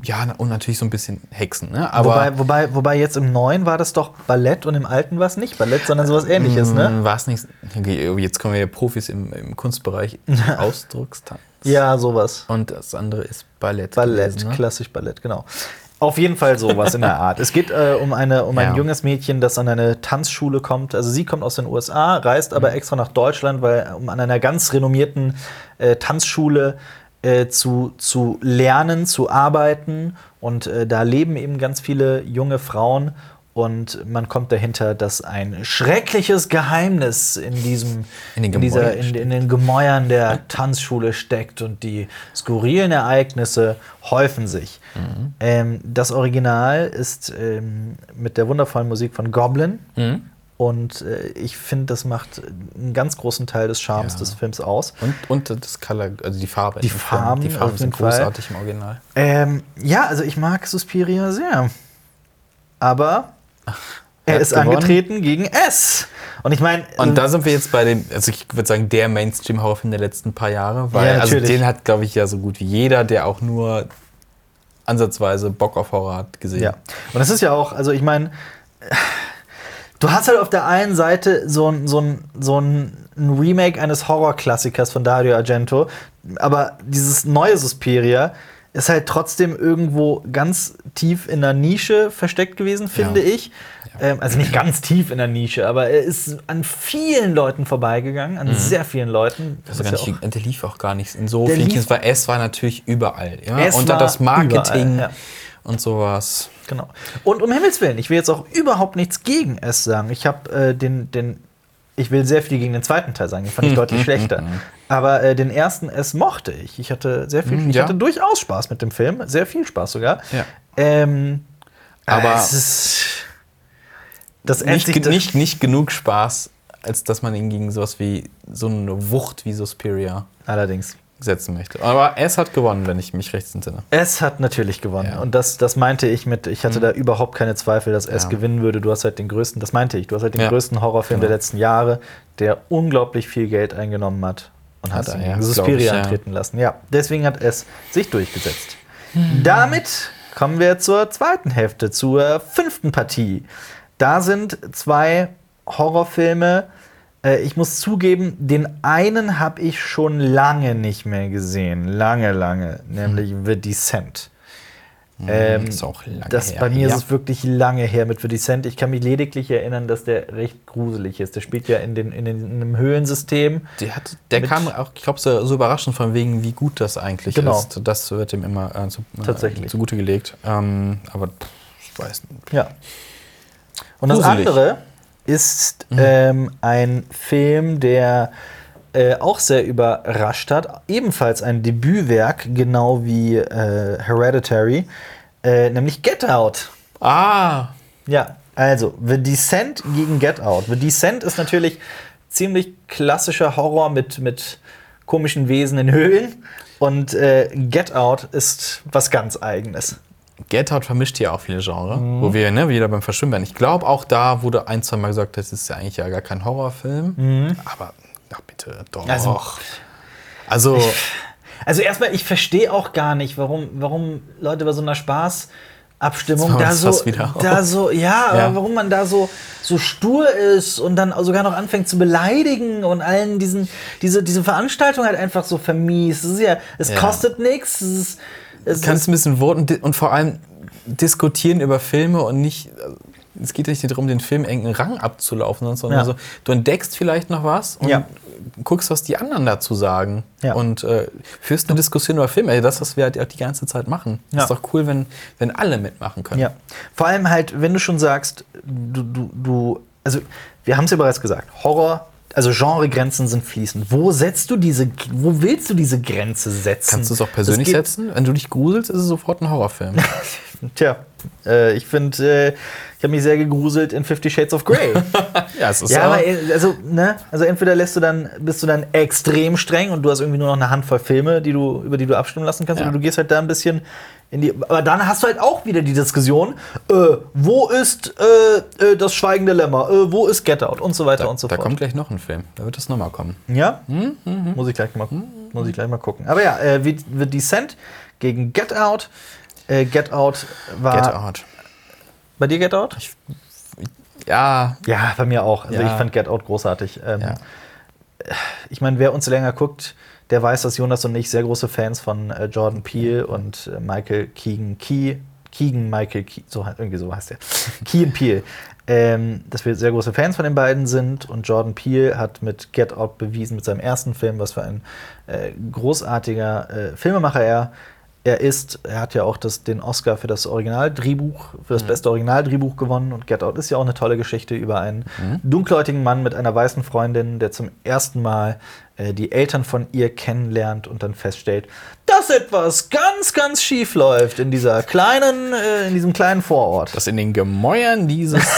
B: ja, na- und natürlich so ein bisschen Hexen, ne? Aber
A: wobei, wobei, wobei jetzt im neuen war das doch Ballett und im alten war es nicht Ballett, sondern sowas ähnliches, ne?
B: war es Hm, nicht. okay, Jetzt kommen wir ja Profis im, im Kunstbereich Ausdruckstanz.
A: Ja, sowas.
B: Und das andere ist Ballett.
A: Ballett,
B: gewesen, ne?
A: klassisch Ballett, genau. Auf jeden Fall sowas in der Art. Es geht äh, um, eine, um ein
B: Ja.
A: junges Mädchen, das an eine Tanzschule kommt. Also sie kommt aus den USA, reist
B: Mhm.
A: aber extra nach Deutschland, weil um an einer ganz renommierten äh, Tanzschule äh, zu, zu lernen, zu arbeiten. Und äh, da leben eben ganz viele junge Frauen. Und man kommt dahinter, dass ein schreckliches Geheimnis in diesem
B: In den
A: dieser,
B: Gemäuern
A: in, in den Gemäuern der Tanzschule steckt und die skurrilen Ereignisse häufen sich.
B: Mhm.
A: Ähm, das Original ist ähm, mit der wundervollen Musik von Goblin
B: Mhm.
A: und äh, ich finde, das macht einen ganz großen Teil des Charmes
B: Ja.
A: des Films aus.
B: Und, und das Color, also die Farbe.
A: Die
B: im Film.
A: Farben
B: die
A: auf
B: Farben sind
A: jeden Fall.
B: großartig im Original.
A: Ähm, ja, also ich mag Suspiria sehr. Aber er
B: hat
A: ist
B: gewonnen.
A: angetreten gegen S. Und ich meine,
B: Und da sind wir jetzt bei dem, also ich würde sagen, der Mainstream-Horrorfilm der letzten paar Jahre, weil
A: Ja,
B: also
A: natürlich.
B: den hat, glaube ich, ja so gut wie jeder, der auch nur ansatzweise Bock auf Horror hat, gesehen.
A: Ja. Und das ist ja auch, also ich meine, du hast halt auf der einen Seite so ein, so ein, so ein Remake eines Horrorklassikers von Dario Argento, aber dieses neue Suspiria ist halt trotzdem irgendwo ganz tief in der Nische versteckt gewesen, finde
B: Ja.
A: ich. Ähm, also nicht ganz tief in der Nische, aber er ist an vielen Leuten vorbeigegangen, an sehr vielen Leuten.
B: Also Mhm. gar
A: ja
B: nicht,
A: auch-
B: der lief auch gar nicht in so
A: Der
B: vielen
A: lief-
B: Kinos, weil es war natürlich überall. Ja?
A: Es
B: und
A: war
B: dann das Marketing
A: überall, ja.
B: und sowas.
A: Genau. Und um Himmels Willen, ich will jetzt auch überhaupt nichts gegen S sagen. Ich habe äh, den, den, ich will sehr viel gegen den zweiten Teil sagen, den fand ich deutlich schlechter. Aber äh, den ersten S mochte ich. Ich hatte sehr viel,
B: Mm,
A: ich
B: ja.
A: hatte durchaus Spaß mit dem Film, sehr viel Spaß sogar.
B: Ja.
A: Ähm,
B: Aber
A: es ist das
B: Nicht,
A: ätzigt-
B: ge- nicht, nicht genug Spaß, als dass man ihn gegen sowas wie so eine Wucht wie Suspiria
A: Allerdings.
B: setzen möchte. Aber es hat gewonnen, wenn ich mich recht entsinne.
A: Es hat natürlich gewonnen.
B: Ja. Mhm.
A: Und das, das meinte ich mit, ich hatte da überhaupt keine Zweifel, dass es
B: Ja.
A: gewinnen würde. Du hast halt den größten, das meinte ich, du hast halt den
B: Ja. Genau.
A: größten Horrorfilm der letzten Jahre, der unglaublich viel Geld eingenommen hat und hat
B: Hat er,
A: einen
B: ja,
A: gegen
B: glaub ich,
A: Also Suspiria
B: ja.
A: antreten lassen. Ja, deswegen hat es sich durchgesetzt. Damit kommen wir zur zweiten Hälfte, zur fünften Partie. Da sind zwei Horrorfilme. Äh, Ich muss zugeben, den einen habe ich schon lange nicht mehr gesehen. Lange, lange. Nämlich The Descent. Ähm,
B: ist auch Hm. lange
A: das,
B: her.
A: Bei mir
B: Ja.
A: ist es wirklich lange her mit The Descent. Ich kann mich lediglich erinnern, dass der recht gruselig ist. Der spielt ja in, den, in, den, in einem Höhlensystem.
B: Der, hat, der
A: Mit-
B: kam auch, ich glaube, so, so überraschend von wegen, wie gut das eigentlich
A: Genau.
B: ist. Das wird ihm immer äh, zu,
A: Tatsächlich.
B: äh, zugute gelegt. Ähm, aber pff, ich weiß nicht.
A: Ja. Und das
B: Gruselig.
A: andere ist ähm, ein Film, der äh, auch sehr überrascht hat. Ebenfalls ein Debütwerk, genau wie äh, Hereditary, äh, nämlich Get Out.
B: Ah!
A: Ja, also The Descent gegen Get Out. The Descent ist natürlich ziemlich klassischer Horror mit, mit komischen Wesen in Höhlen. Und äh, Get Out ist was ganz Eigenes.
B: Get Out vermischt ja auch viele Genres,
A: Mhm.
B: wo wir ne, wieder beim Verschwimmen werden. Ich glaube, auch da wurde ein, zwei Mal gesagt, das ist ja eigentlich ja gar kein Horrorfilm. Aber, ach bitte, doch.
A: Mhm. Also-
B: Also, also
A: Also erstmal, ich verstehe auch gar nicht, warum, warum Leute bei so einer Spaßabstimmung
B: Jetzt machen wir
A: da
B: das
A: so,
B: fast wieder auf.
A: da so, ja, aber
B: Ja.
A: warum man da so, so stur ist und dann auch sogar noch anfängt zu beleidigen und allen diesen, diese, diese Veranstaltung halt einfach so vermies. Es ist ja, es
B: Ja.
A: kostet nichts, es ist, es
B: kannst du ein bisschen Worten di- und vor allem diskutieren über Filme und nicht. äh, Es geht nicht darum, den Film irgendeinen Rang abzulaufen, sondern
A: Ja.
B: so, du entdeckst vielleicht noch was und
A: Ja.
B: guckst, was die anderen dazu sagen.
A: Ja.
B: Und äh, führst eine Diskussion über Filme. Also das, was wir halt auch die ganze Zeit machen.
A: Ja.
B: Ist doch cool, wenn, wenn alle mitmachen können.
A: Ja. Vor allem halt, wenn du schon sagst, du, du, du also wir haben es ja bereits gesagt, Horror, also Genregrenzen sind fließend. Wo setzt du diese, wo willst du diese Grenze setzen?
B: Kannst du es auch persönlich
A: Das geht-
B: setzen? Wenn du dich gruselst, ist es sofort ein Horrorfilm.
A: Tja, äh, ich finde, äh, ich habe mich sehr gegruselt in Fifty Shades of Grey.
B: ja, es ist
A: ja,
B: aber-
A: aber äh, also, ne? also entweder lässt du dann, bist du dann extrem streng und du hast irgendwie nur noch eine Handvoll Filme, die du, über die du abstimmen lassen kannst,
B: Ja.
A: oder du gehst halt da ein bisschen in die. Aber dann hast du halt auch wieder die Diskussion, äh, wo ist äh, äh, das schweigende Lämmer, äh, wo ist Get Out und so weiter
B: da,
A: und so
B: da Hm,
A: fort.
B: kommt gleich noch ein Film. Da wird das nochmal kommen.
A: Ja?
B: Hm.
A: Muss, ich gleich mal, muss ich gleich mal gucken. Aber ja, äh, wie- The Descent gegen Get Out. Äh, Get Out war.
B: Get Out.
A: Bei dir Get Out?
B: Ja,
A: ja, bei mir auch. Also
B: Ja.
A: ich fand Get Out großartig. Ähm,
B: Ja.
A: Ich meine, wer uns länger guckt, der weiß, dass Jonas und ich sehr große Fans von äh, Jordan Peele und äh, Michael Keegan Key, Keegan Michael Key, so, he- irgendwie so heißt der, Keegan Peele, ähm, dass wir sehr große Fans von den beiden sind. Und Jordan Peele hat mit Get Out bewiesen, mit seinem ersten Film, was für ein äh, großartiger äh, Filmemacher er er ist, er hat ja auch das, den Oscar für das Originaldrehbuch, für
B: Mhm.
A: das beste Originaldrehbuch gewonnen und Get Out ist ja auch eine tolle Geschichte über einen
B: Mhm.
A: dunkelhäutigen Mann mit einer weißen Freundin, der zum ersten Mal äh, die Eltern von ihr kennenlernt und dann feststellt, dass etwas ganz, ganz schief läuft in dieser kleinen, äh, in diesem kleinen Vorort.
B: das in den Gemäuern dieses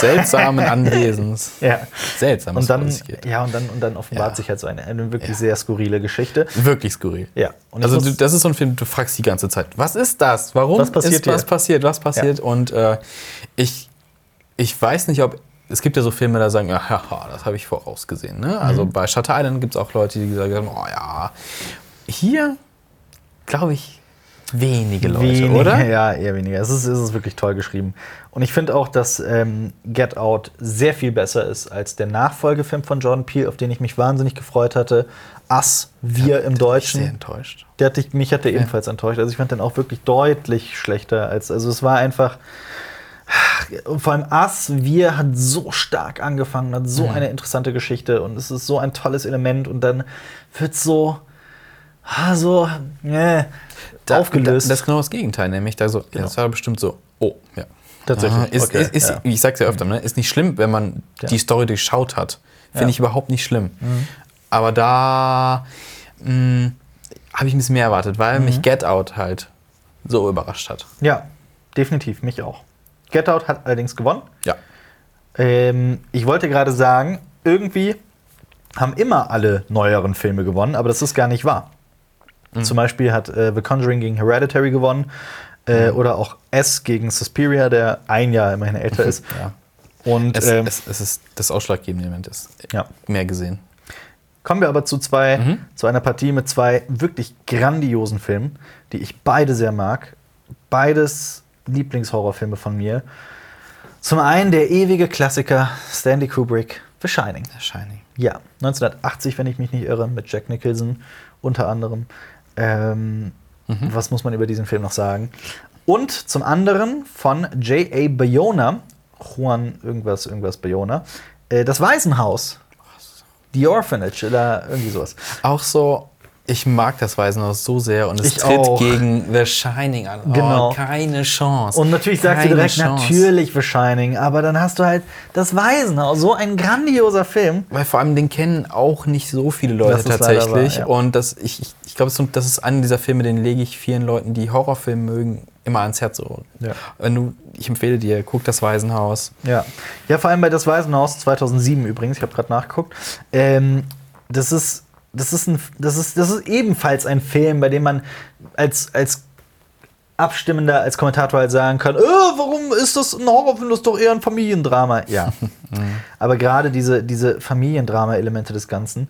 B: seltsamen Anwesens.
A: ja.
B: Seltsam,
A: Und dann,
B: alles geht.
A: ja, und dann, und dann offenbart
B: Ja.
A: sich halt so eine, eine wirklich
B: Ja.
A: sehr skurrile Geschichte.
B: Wirklich skurril.
A: Ja. Und ich
B: also
A: muss-
B: du, das ist so ein Film, du fragst die ganze Zeit, was ist das? Warum
A: Was passiert
B: ist was
A: hier?
B: passiert? Was passiert? Und äh, ich, ich weiß nicht, ob es gibt ja so Filme, da sagen, ja, haha, das habe ich vorausgesehen. Ne?
A: Mhm.
B: Also bei Shutter Island gibt es auch Leute, die gesagt haben, oh ja. Hier glaube ich wenige Leute,
A: weniger,
B: oder?
A: Ja, eher weniger. Es ist, es ist wirklich toll geschrieben. Und ich finde auch, dass ähm, Get Out sehr viel besser ist als der Nachfolgefilm von Jordan Peele, auf den ich mich wahnsinnig gefreut hatte. Us, wir im
B: Sehr
A: Deutschen.
B: enttäuscht.
A: Der hat dich, mich hat der ebenfalls enttäuscht. Also ich fand den auch wirklich deutlich schlechter als. Also es war einfach. Und vor allem Us, wir hat so stark angefangen, hat
B: Mhm.
A: so eine interessante Geschichte und es ist so ein tolles Element und dann wird so, ah, so äh,
B: Da-
A: aufgelöst. Genau.
B: Da, das ist genau das Gegenteil, nämlich da so, ja, das war bestimmt so, oh, ja.
A: Tatsächlich,
B: Ah, ist,
A: okay,
B: ist, ist,
A: ja.
B: Ich sag's ja öfter, ne? ist nicht schlimm, wenn man
A: Ja.
B: die Story durchschaut hat. Finde
A: Ja. Mhm.
B: ich überhaupt nicht schlimm. Aber da hm, habe ich ein bisschen mehr erwartet, weil
A: Mhm.
B: mich Get Out halt so überrascht hat.
A: Ja, definitiv, mich auch. Get Out hat allerdings gewonnen.
B: Ja.
A: Ähm, ich wollte gerade sagen, irgendwie haben immer alle neueren Filme gewonnen, aber das ist gar nicht wahr. Zum Beispiel hat äh, The Conjuring gegen Hereditary gewonnen äh, oder auch S gegen Suspiria, der ein Jahr immerhin älter ist.
B: ja.
A: Und
B: Es,
A: ähm,
B: es, es ist das ausschlaggebende Element ist
A: ja.
B: mehr gesehen.
A: Kommen wir aber zu zwei, zu einer Partie mit zwei wirklich grandiosen Filmen, die ich beide sehr mag. Beides Lieblingshorrorfilme von mir. Zum einen der ewige Klassiker Stanley Kubrick, The Shining.
B: The Shining.
A: Ja, 1980, wenn ich mich nicht irre, mit Jack Nicholson unter anderem. Ähm,
B: Mhm.
A: Was muss man über diesen Film noch sagen? Und zum anderen von J.A. Bayona, Juan irgendwas, irgendwas Bayona, äh, das Waisenhaus. The Orphanage oder irgendwie sowas.
B: Auch so, ich mag das Waisenhaus so sehr und es
A: Ich
B: tritt
A: auch.
B: gegen The Shining an.
A: Genau.
B: Oh, keine Chance.
A: Und natürlich sagst du
B: Keine
A: direkt,
B: Chance.
A: natürlich The Shining, aber dann hast du halt das Waisenhaus, so ein grandioser Film.
B: Weil vor allem den kennen auch nicht so viele Leute
A: Das ist leider
B: tatsächlich.
A: wahr, ja.
B: Und das, ich, ich, ich glaube, so- das ist einer dieser Filme, den lege ich vielen Leuten, die Horrorfilme mögen, immer ans Herz. So.
A: Ja.
B: Wenn du, ich empfehle dir, guck das Waisenhaus.
A: Ja. ja, vor allem bei Das Waisenhaus 2007 übrigens, ich habe gerade nachgeguckt. Ähm, das, ist, das, ist ein, das, ist, das ist ebenfalls ein Film, bei dem man als, als Abstimmender, als Kommentator halt sagen kann, äh, warum ist das ein Horrorfilm, das ist doch eher ein Familiendrama. Ja. Aber gerade diese, diese Familiendrama-Elemente des Ganzen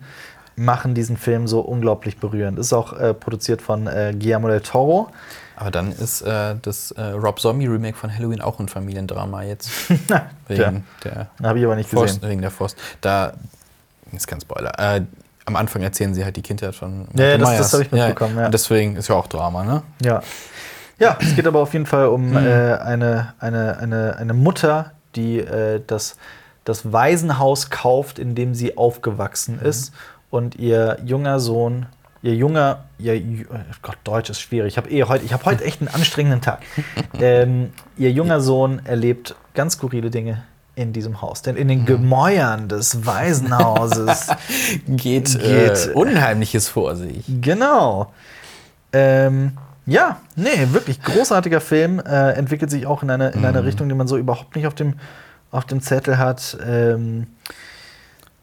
A: machen diesen Film so unglaublich berührend. Ist auch äh, produziert von äh, Guillermo del Toro.
B: Aber dann ist äh, das äh, Rob Zombie Remake von Halloween auch ein Familiendrama jetzt. wegen, der
A: Habe ich aber nicht gesehen.
B: Forst, wegen der Forst. Da ist kein Spoiler. Äh, am Anfang erzählen sie halt die Kindheit von
A: Ja, ja,
B: Michael
A: das- das
B: Myers.
A: hab ich mitbekommen, ja.
B: Und deswegen ist ja auch Drama, ne?
A: Ja. Ja, es geht aber auf jeden Fall um äh, eine, eine, eine, eine Mutter, die äh, das, das Waisenhaus kauft, in dem sie aufgewachsen ist. Und ihr junger Sohn, ihr junger, ihr, Ju- oh Gott, Deutsch ist schwierig. Ich habe eh heute, ich habe heute echt einen anstrengenden Tag. Ähm, ihr junger Sohn erlebt ganz skurrile Dinge in diesem Haus. Denn in den Gemäuern des Waisenhauses
B: Geht,
A: Geht,
B: äh,
A: äh,
B: Unheimliches vor sich.
A: Genau. Ähm, ja, nee, wirklich großartiger Film. Äh, entwickelt sich auch in eine, in eine Richtung, die man so überhaupt nicht auf dem, auf dem Zettel hat. Ähm,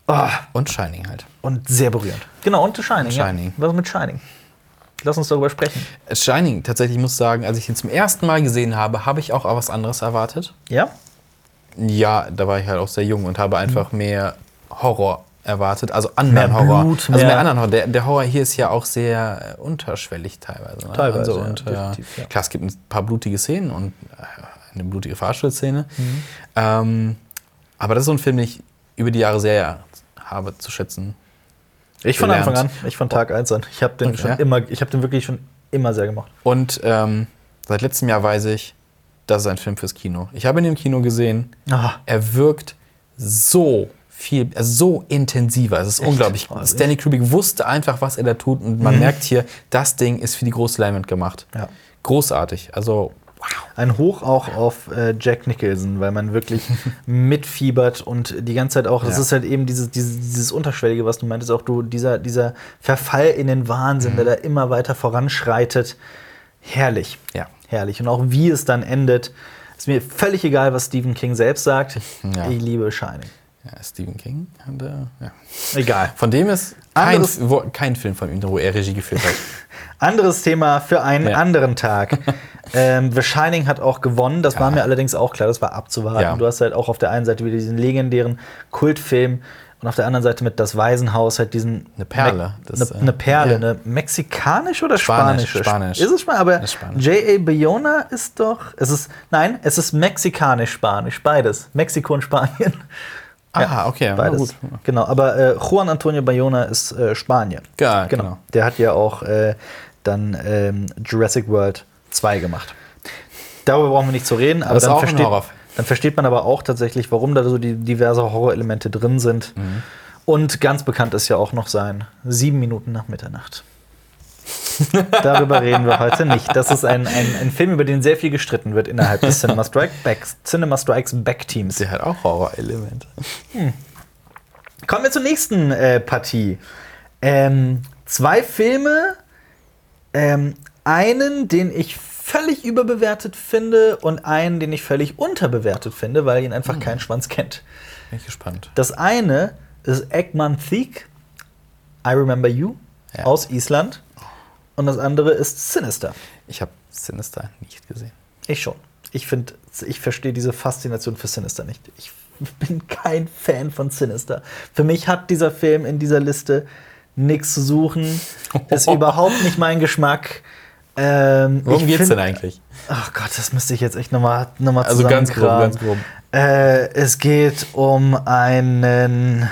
A: oh,
B: Und Shining halt.
A: und sehr berührend. Genau, und The Shining.
B: Shining.
A: Ja. Was mit Shining? Lass uns darüber sprechen.
B: Shining, tatsächlich muss ich sagen, als ich ihn zum ersten Mal gesehen habe, habe ich auch was anderes erwartet.
A: Ja? Mhm.
B: Ja, da war ich halt auch sehr jung und habe einfach mehr Horror erwartet. Also anderen
A: Mehr
B: Horror.
A: Blut,
B: also mehr
A: mehr-
B: anderen Horror. Der, der Horror hier ist ja auch sehr äh, unterschwellig teilweise. Ne?
A: Teilweise,
B: also,
A: ja,
B: und,
A: definitiv,
B: äh,
A: ja.
B: Klar, es gibt ein paar blutige Szenen und äh, eine blutige Fahrstuhlszene.
A: Mhm.
B: Ähm, aber das ist so ein Film, den ich über die Jahre sehr habe zu schätzen.
A: Ich von
B: Gelernt.
A: Anfang an, ich von Tag eins an. Ich habe den
B: Okay.
A: schon immer, ich habe den wirklich schon immer sehr gemacht.
B: Und ähm, seit letztem Jahr weiß ich, das ist ein Film fürs Kino. Ich habe ihn im Kino gesehen.
A: Aha.
B: Er wirkt so viel, also so intensiver. Es ist
A: Echt?
B: unglaublich.
A: Also Mhm.
B: Stanley Kubrick wusste einfach, was er da tut. Und man merkt hier, das Ding ist für die große Leinwand gemacht.
A: Ja.
B: Großartig. Also,
A: Ein Hoch auch auf äh, Jack Nicholson, weil man wirklich mitfiebert und die ganze Zeit auch, das
B: Ja.
A: ist halt eben dieses, dieses, dieses Unterschwellige, was du meintest, auch du, dieser, dieser Verfall in den Wahnsinn,
B: Mhm.
A: der da immer weiter voranschreitet. Herrlich.
B: Ja.
A: Herrlich. Und auch wie es dann endet. Ist mir völlig egal, was Stephen King selbst sagt.
B: Ja.
A: Ich liebe Shining.
B: ja, Stephen King. Hat, äh, ja.
A: Egal.
B: Von dem ist kein,
A: Anderes-
B: wo, kein Film von ihm, wo er Regie geführt hat.
A: Anderes Thema für einen
B: Ja.
A: anderen Tag. ähm, The Shining hat auch gewonnen. Das war mir allerdings auch klar. Das war abzuwarten.
B: Ja.
A: Du hast halt auch auf der einen Seite wieder diesen legendären Kultfilm und auf der anderen Seite mit Das Waisenhaus halt diesen.
B: Eine Perle.
A: Me-
B: Das,
A: Eine
B: äh,
A: eine Perle.
B: ja.
A: Eine mexikanische oder
B: Spanisch,
A: spanische?
B: Spanisch.
A: Ist es Spanisch? Aber
B: Ist Spanisch.
A: J.A. Bayona ist doch. Es ist, nein, es ist mexikanisch-spanisch. Beides. Mexiko und Spanien.
B: Aha, Ah, okay. na
A: Beides.
B: gut.
A: Genau, aber äh, Juan Antonio Bayona ist äh, Spanier.
B: Ja, genau.
A: Der hat ja auch äh, dann ähm, Jurassic World 2 gemacht. Darüber brauchen wir nicht zu reden, aber
B: Das ist
A: dann
B: auch ein
A: versteht,
B: Horrorfilm.
A: dann versteht man aber auch tatsächlich, warum da so die diverse Horrorelemente drin sind.
B: Mhm.
A: Und ganz bekannt ist ja auch noch sein Sieben Minuten nach Mitternacht. Darüber reden wir heute nicht. Das ist ein, ein, ein Film, über den sehr viel gestritten wird innerhalb des Cinema Strike Back, Cinema Strikes Back Teams.
B: Der hat auch Horror-Elemente.
A: Kommen wir zur nächsten äh, Partie. Ähm, zwei Filme, ähm, einen, den ich völlig überbewertet finde und einen, den ich völlig unterbewertet finde, weil ihn einfach kein Schwanz kennt.
B: Bin ich gespannt.
A: Das eine ist Eggman Thiek, I Remember You,
B: Ja.
A: aus Island. Und das andere ist Sinister.
B: Ich habe Sinister nicht gesehen.
A: Ich schon. Ich finde, ich verstehe diese Faszination für Sinister nicht. Ich bin kein Fan von Sinister. Für mich hat dieser Film in dieser Liste nichts zu suchen. Ist überhaupt nicht mein Geschmack. Ähm,
B: Worum
A: ich
B: geht's
A: find-
B: denn eigentlich?
A: Ach Gott, das müsste ich jetzt echt nochmal noch mal
B: Also ganz
A: zusammengraben.
B: grob, ganz grob.
A: Äh, es geht um einen.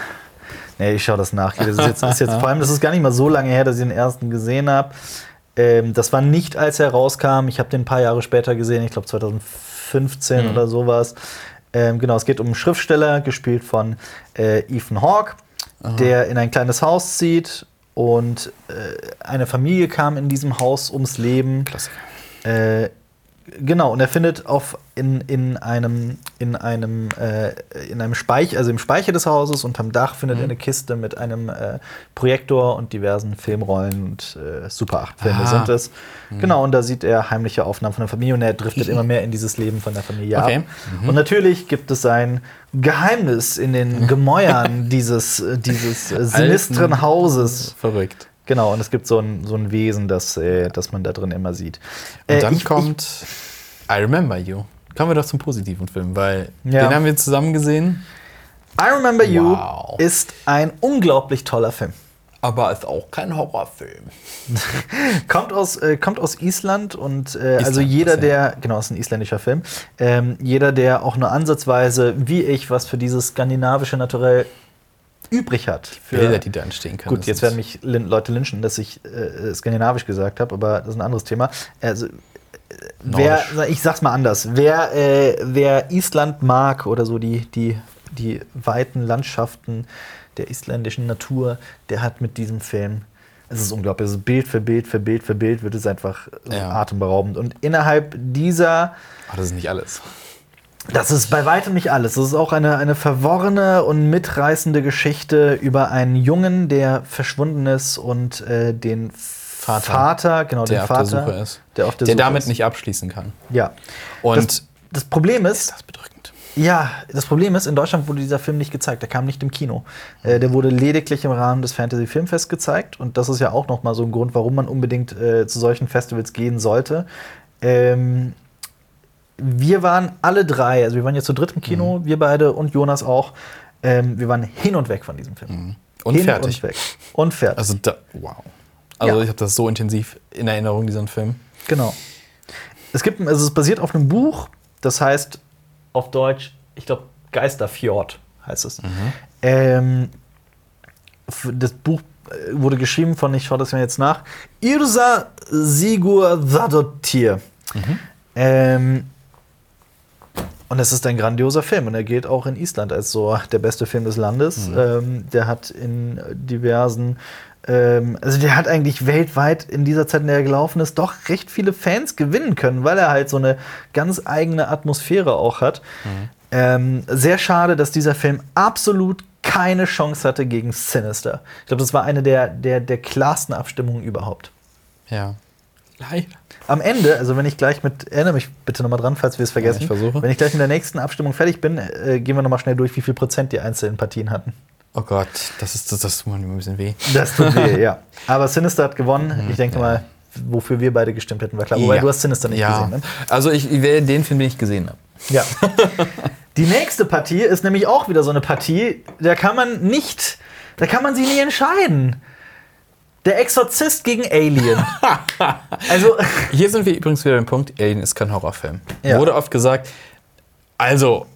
A: Nee, ich schaue das nach. Das ist jetzt, ist jetzt, vor allem, das ist gar nicht mal so lange her, dass ich den ersten gesehen habe. Ähm, das war nicht, als er rauskam. Ich habe den ein paar Jahre später gesehen, ich glaube 2015 oder sowas. Ähm, genau, es geht um einen Schriftsteller, gespielt von äh, Ethan Hawke, der in ein kleines Haus zieht und äh, eine Familie kam in diesem Haus ums Leben.
B: Klassiker.
A: Äh, genau, und er findet auf in, in einem, in einem, äh, in einem Speicher, also im Speicher des Hauses unterm Dach findet
B: Mhm.
A: er eine Kiste mit einem äh, Projektor und diversen Filmrollen und äh, Super 8-Filme
B: Ah.
A: sind es. Genau, und da sieht er heimliche Aufnahmen von der Familie und er driftet immer mehr in dieses Leben von der Familie
B: Okay. Mhm.
A: ab. Und natürlich gibt es ein Geheimnis in den Gemäuern dieses, äh, dieses äh, sinistren
B: Alten-
A: Hauses.
B: Verrückt.
A: Genau, und es gibt so ein, so ein Wesen, das, äh, das man da drin immer sieht.
B: Und
A: Äh,
B: dann
A: ich-
B: kommt I Remember You. Kommen wir doch zum positiven Film, weil
A: Ja.
B: den haben wir zusammen gesehen,
A: Ich, I Remember You
B: Wow.
A: ist ein unglaublich toller Film.
B: aber ist auch kein Horrorfilm.
A: Kommt aus, äh, kommt aus Island und äh, also
B: Island,
A: jeder,
B: das, ja.
A: der, genau, ist ein isländischer Film, ähm, jeder, der auch nur ansatzweise, wie ich, was für dieses skandinavische Naturell übrig hat. Für,
B: Bilder, die da entstehen können.
A: Gut,
B: das
A: jetzt
B: ist-
A: werden mich lin Leute lynchen, dass ich äh, skandinavisch gesagt habe, aber das ist ein anderes Thema. Also, äh, wer,
B: Nordisch.
A: sag- ich sag's mal anders. Wer, äh, wer Island mag oder so die, die, die weiten Landschaften der isländischen Natur, der hat mit diesem Film. Es ist unglaublich. Also Bild für Bild für Bild für Bild wird es einfach äh,
B: Ja.
A: atemberaubend. Und innerhalb dieser
B: Aber Ah, das ist nicht alles.
A: das ist bei weitem nicht alles. Es ist auch eine, eine verworrene und mitreißende Geschichte über einen Jungen, der verschwunden ist und äh, den Vater, genau,
B: Der
A: den
B: auf
A: Vater,
B: der Suche ist.
A: Der, auf der,
B: Der
A: Suche
B: damit
A: ist.
B: nicht abschließen kann.
A: Ja.
B: Und
A: das, das Problem ist,
B: das ist bedrückend.
A: ja, das Problem ist, in Deutschland wurde dieser Film nicht gezeigt. Der kam nicht im Kino. Äh, der wurde lediglich im Rahmen des Fantasy Filmfest gezeigt. Und das ist ja auch nochmal so ein Grund, warum man unbedingt äh, zu solchen Festivals gehen sollte. Ähm,
B: Mhm.
A: wir waren alle drei, also wir waren jetzt zu dritt im Kino, wir beide und Jonas auch, Ähm, wir waren hin und weg von diesem Film.
B: Mhm. Und
A: hin
B: fertig.
A: und weg. Und fertig.
B: Also da, wow. Also
A: Ja.
B: ich habe das so intensiv in Erinnerung, diesen Film.
A: Genau. Es gibt, also es basiert auf einem Buch, das heißt auf Deutsch, ich glaube, Geisterfjord heißt es. Ähm, f- das Buch äh, wurde geschrieben von, ich schaue das mir jetzt nach, Irsa Sigurðardóttir. Ähm, und es ist ein grandioser Film und er gilt auch in Island als so der beste Film des Landes. Ähm, der hat in diversen, ähm, also der hat eigentlich weltweit in dieser Zeit, in der er gelaufen ist, doch recht viele Fans gewinnen können, weil er halt so eine ganz eigene Atmosphäre auch hat. Ähm, sehr schade, dass dieser Film absolut keine Chance hatte gegen Sinister. Ich glaube, das war eine der, der, der klarsten Abstimmungen überhaupt.
B: Ja. Leider.
A: Am Ende, also wenn ich gleich mit, erinnere mich bitte nochmal dran, falls wir es vergessen.
B: ich versuche.
A: Wenn ich gleich mit der nächsten Abstimmung fertig bin, äh, gehen wir nochmal schnell durch, wie viel Prozent die einzelnen Partien hatten.
B: Oh Gott, das ist das, das tut mir ein bisschen weh.
A: Das tut weh, ja. Aber Sinister hat gewonnen. Ich denke mal, wofür wir beide gestimmt hätten, war klar. Wobei
B: Ja.
A: du hast Sinister nicht
B: ja.
A: gesehen, ne?
B: Also ich, ich wähle den Film, den ich gesehen habe.
A: Ja. Die nächste Partie ist nämlich auch wieder so eine Partie, da kann man nicht, da kann man sie nie entscheiden. Der Exorzist gegen Alien. also,
B: Hier sind wir übrigens wieder beim Punkt, Alien ist kein Horrorfilm.
A: Ja.
B: Wurde oft gesagt, also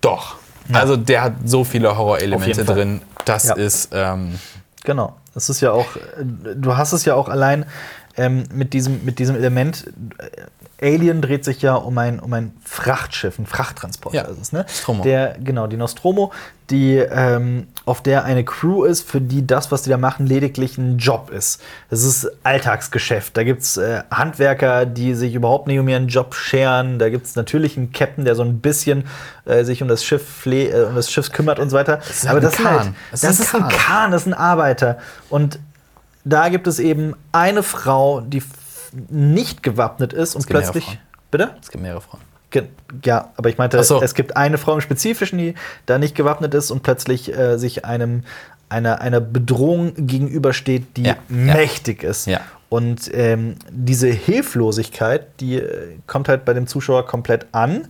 B: doch. Also der hat so viele
A: Auf jeden
B: Horrorelemente
A: Fall.
B: drin. Das
A: Ja.
B: ist, ähm,
A: genau. Es ist ja auch, äh, du hast es ja auch allein ähm, mit, diesem, mit diesem Element. äh, Alien dreht sich ja um ein, um ein Frachtschiff, ein Frachttransporter.
B: Ja.
A: Ist es, ne?
B: Nostromo.
A: Der, genau, die Nostromo, die, ähm, auf der eine Crew ist, für die das, was die da machen, lediglich ein Job ist. Das ist Alltagsgeschäft. Da gibt es äh, Handwerker, die sich überhaupt nicht um ihren Job scheren. Da gibt es natürlich einen Captain, der so ein bisschen äh, sich um das Schiff pfle- äh, um das Schiff kümmert und so weiter.
B: ist
A: Aber
B: ein
A: das,
B: Kahn.
A: Halt,
B: Es
A: das
B: ist ein
A: ist ein
B: Kahn.
A: Kahn, das ist ein Arbeiter. Und da gibt es eben eine Frau, die f- nicht gewappnet ist und
B: gibt mehrere
A: plötzlich.
B: Frauen.
A: Bitte?
B: es gibt mehrere Frauen.
A: Ge- Ja, aber ich meinte,
B: Ach so.
A: es gibt eine Frau im Spezifischen, die da nicht gewappnet ist und plötzlich äh, sich einem einer, einer Bedrohung gegenübersteht, die
B: Ja, ja.
A: mächtig ist.
B: Ja.
A: Und ähm, diese Hilflosigkeit, die äh, kommt halt bei dem Zuschauer komplett an.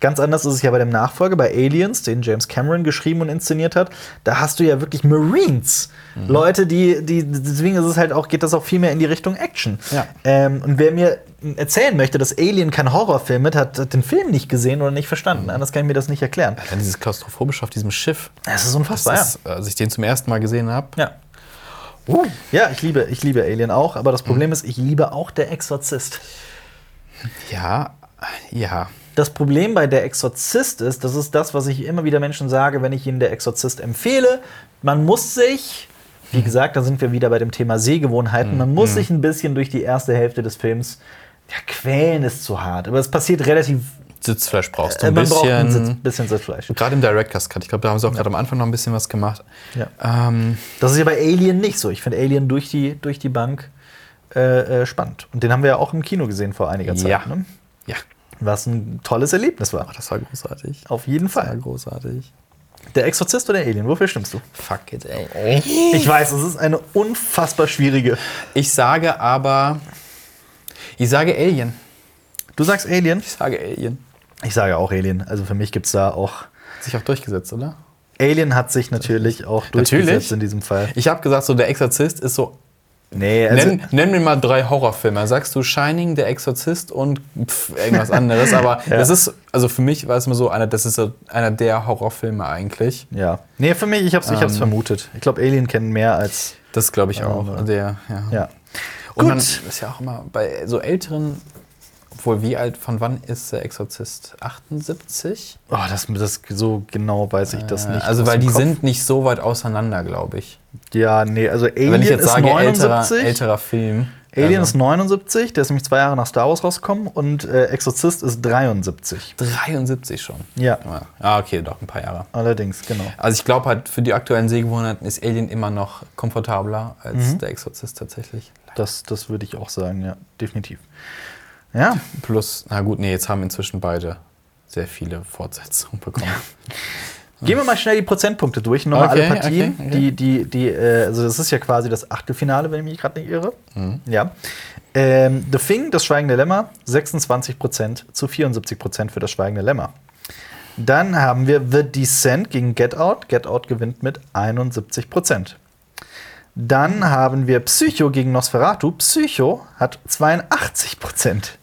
A: Ganz anders ist es ja bei dem Nachfolger, bei Aliens, den James Cameron geschrieben und inszeniert hat. Da hast du ja wirklich Marines.
B: Mhm.
A: Leute, die, die, deswegen ist es halt auch, geht das auch viel mehr in die Richtung Action.
B: Ja.
A: Ähm, und wer mir erzählen möchte, dass Alien kein Horrorfilm ist, hat, hat den Film nicht gesehen oder nicht verstanden. Anders kann ich mir das nicht erklären.
B: Dann dieses Klaustrophobische auf diesem Schiff.
A: Das ist
B: Das
A: unfassbar.
B: ist, äh, als ich den zum ersten Mal gesehen habe.
A: ja. Ja. ja, ich liebe, ich liebe Alien auch, aber das Problem ist, ich liebe auch Der Exorzist.
B: Ja, ja.
A: Das Problem bei Der Exorzist ist, das ist das, was ich immer wieder Menschen sage, wenn ich ihnen Der Exorzist empfehle. Man muss sich, wie gesagt, da sind wir wieder bei dem Thema Sehgewohnheiten, man muss sich ein bisschen durch die erste Hälfte des Films, ja, quälen ist zu hart, aber es passiert relativ,
B: Sitzfleisch brauchst du
A: äh,
B: ein
A: man braucht ein Sitz-
B: bisschen.
A: bisschen Sitzfleisch.
B: Gerade im Director's Cut. Ich glaube, da haben sie auch gerade am Anfang noch ein bisschen was gemacht.
A: Ja.
B: Ähm,
A: Das ist ja bei Alien nicht so. Ich finde Alien durch die, durch die Bank äh, äh, spannend. Und den haben wir ja auch im Kino gesehen vor einiger Zeit.
B: Ja.
A: Ne?
B: ja. Oh,
A: Was ein tolles Erlebnis war.
B: Das war großartig.
A: Auf jeden
B: Das war
A: Fall.
B: großartig.
A: Der Exorzist oder Alien? Wofür stimmst du?
B: Fuck it, ey.
A: Ich weiß, es ist eine unfassbar schwierige.
B: Ich sage aber. Ich sage Alien.
A: Du sagst Alien?
B: Ich sage Alien.
A: Ich sage auch Alien. Also für mich gibt es da auch.
B: Hat sich auch durchgesetzt, oder?
A: Alien hat sich natürlich auch durchgesetzt
B: Natürlich.
A: in diesem Fall.
B: Ich habe gesagt, so der Exorzist ist so.
A: Nee, also.
B: nenn, nenn mir mal drei Horrorfilme. Sagst du Shining, der Exorzist und pff, irgendwas anderes. Aber das ist, also für mich war es immer so einer, das ist so einer der Horrorfilme eigentlich.
A: Ja. Nee, für mich, ich hab's, ich hab's
B: Ähm.
A: vermutet. Ich glaube, Alien kennen mehr als.
B: Das glaube ich auch.
A: Aber-
B: Der, ja.
A: Ja.
B: Und man
A: Gut.
B: ist ja auch immer bei so älteren, obwohl wie alt, von wann ist der Exorzist? 78?
A: Oh, das, das, so genau weiß ich das
B: Äh,
A: nicht.
B: also
A: aus
B: weil
A: dem
B: die
A: Kopf.
B: sind nicht so weit auseinander, glaube ich.
A: Ja, nee, also Alien
B: Wenn ich jetzt
A: ist
B: sage älterer,
A: 79.
B: älterer Film.
A: Alien
B: also
A: ist 79, der ist nämlich zwei Jahre nach Star Wars rausgekommen und äh, Exorzist ist 73.
B: 73 schon.
A: Ja.
B: Ah, okay, doch ein paar Jahre.
A: Allerdings, genau.
B: Also ich glaube halt, für die aktuellen Sehgewohnheiten ist Alien immer noch komfortabler
A: Mhm.
B: als der Exorzist tatsächlich.
A: Das, das würde ich auch sagen, ja, definitiv. Ja,
B: Plus, na gut, nee, jetzt haben inzwischen beide sehr viele Fortsetzungen bekommen.
A: gehen wir mal schnell die Prozentpunkte durch. Nochmal
B: Okay,
A: alle Partien.
B: okay, okay.
A: Die, die, die, äh, also das ist ja quasi das Achtelfinale, wenn ich mich gerade nicht irre.
B: Mhm.
A: Ja. Ähm, The Thing, das Schweigende Lämmer, 26% zu 74% für das Schweigende Lämmer. Dann haben wir The Descent gegen Get Out. Get Out gewinnt mit 71 Prozent. Dann haben wir Psycho gegen Nosferatu. Psycho hat 82 Prozent.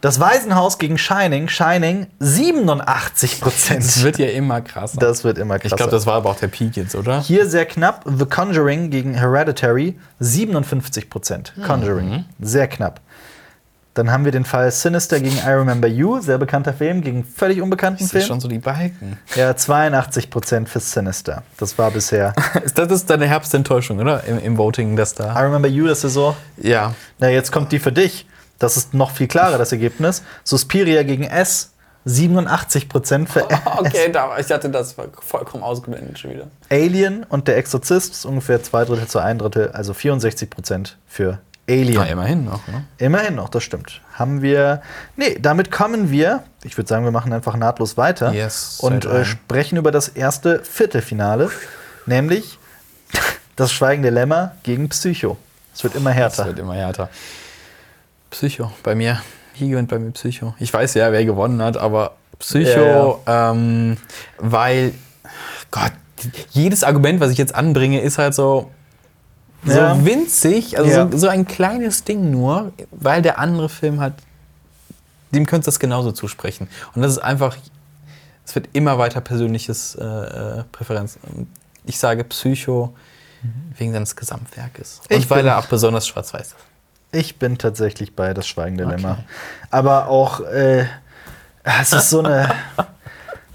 A: Das Waisenhaus gegen Shining. Shining 87
B: Es
A: Prozent.
B: wird ja immer krasser.
A: Das wird immer
B: ich
A: krasser.
B: glaube, das war aber auch der Peak jetzt, oder?
A: Hier sehr knapp. The Conjuring gegen Hereditary 57 Prozent.
B: Mhm.
A: Conjuring. Sehr knapp. Dann haben wir den Fall Sinister gegen I Remember You. Sehr bekannter Film gegen völlig unbekannten
B: Das sind
A: Film.
B: schon so die Balken.
A: Ja, 82 Prozent für Sinister. Das war bisher.
B: Ist das ist deine Herbstenttäuschung, oder? Im, im Voting, dass
A: I
B: da.
A: Remember You, das ist so.
B: Ja.
A: Na, jetzt kommt die für dich. Das ist noch viel klarer, das Ergebnis. Suspiria gegen S. 87 Prozent für
B: Oh.
C: Okay, da, ich hatte das war vollkommen ausgeblendet schon wieder.
A: Alien und der Exorzist ist ungefähr zwei Drittel zu ein Drittel, also 64 Prozent für Alien.
B: ja. Immerhin noch, ne?
A: Immerhin noch, das stimmt. Haben wir. Nee, damit kommen wir. Ich würde sagen, wir machen einfach nahtlos weiter.
B: Yes,
A: und
B: seid rein.
A: äh, sprechen über das erste Viertelfinale, nämlich das Schweigende Lämmer gegen Psycho. Es wird immer
B: Das
A: härter.
B: wird immer härter. Psycho, bei mir. Hier gewinnt bei mir Psycho. Ich weiß ja, wer gewonnen hat, aber Psycho, Ähm, weil, Gott, jedes Argument, was ich jetzt anbringe, ist halt so, so
A: Ja.
B: winzig, also
A: Ja.
B: so, so ein kleines Ding nur, weil der andere Film hat, dem könntest du das genauso zusprechen. Und das ist einfach, es wird immer weiter persönliches äh, äh, Präferenz. Ich sage Psycho wegen seines Gesamtwerkes. Und
A: Ich
B: weil
A: bin-
B: er auch besonders schwarz-weiß ist.
A: Ich bin tatsächlich bei das Schweigende Lämmer. Aber auch, äh, es ist so eine.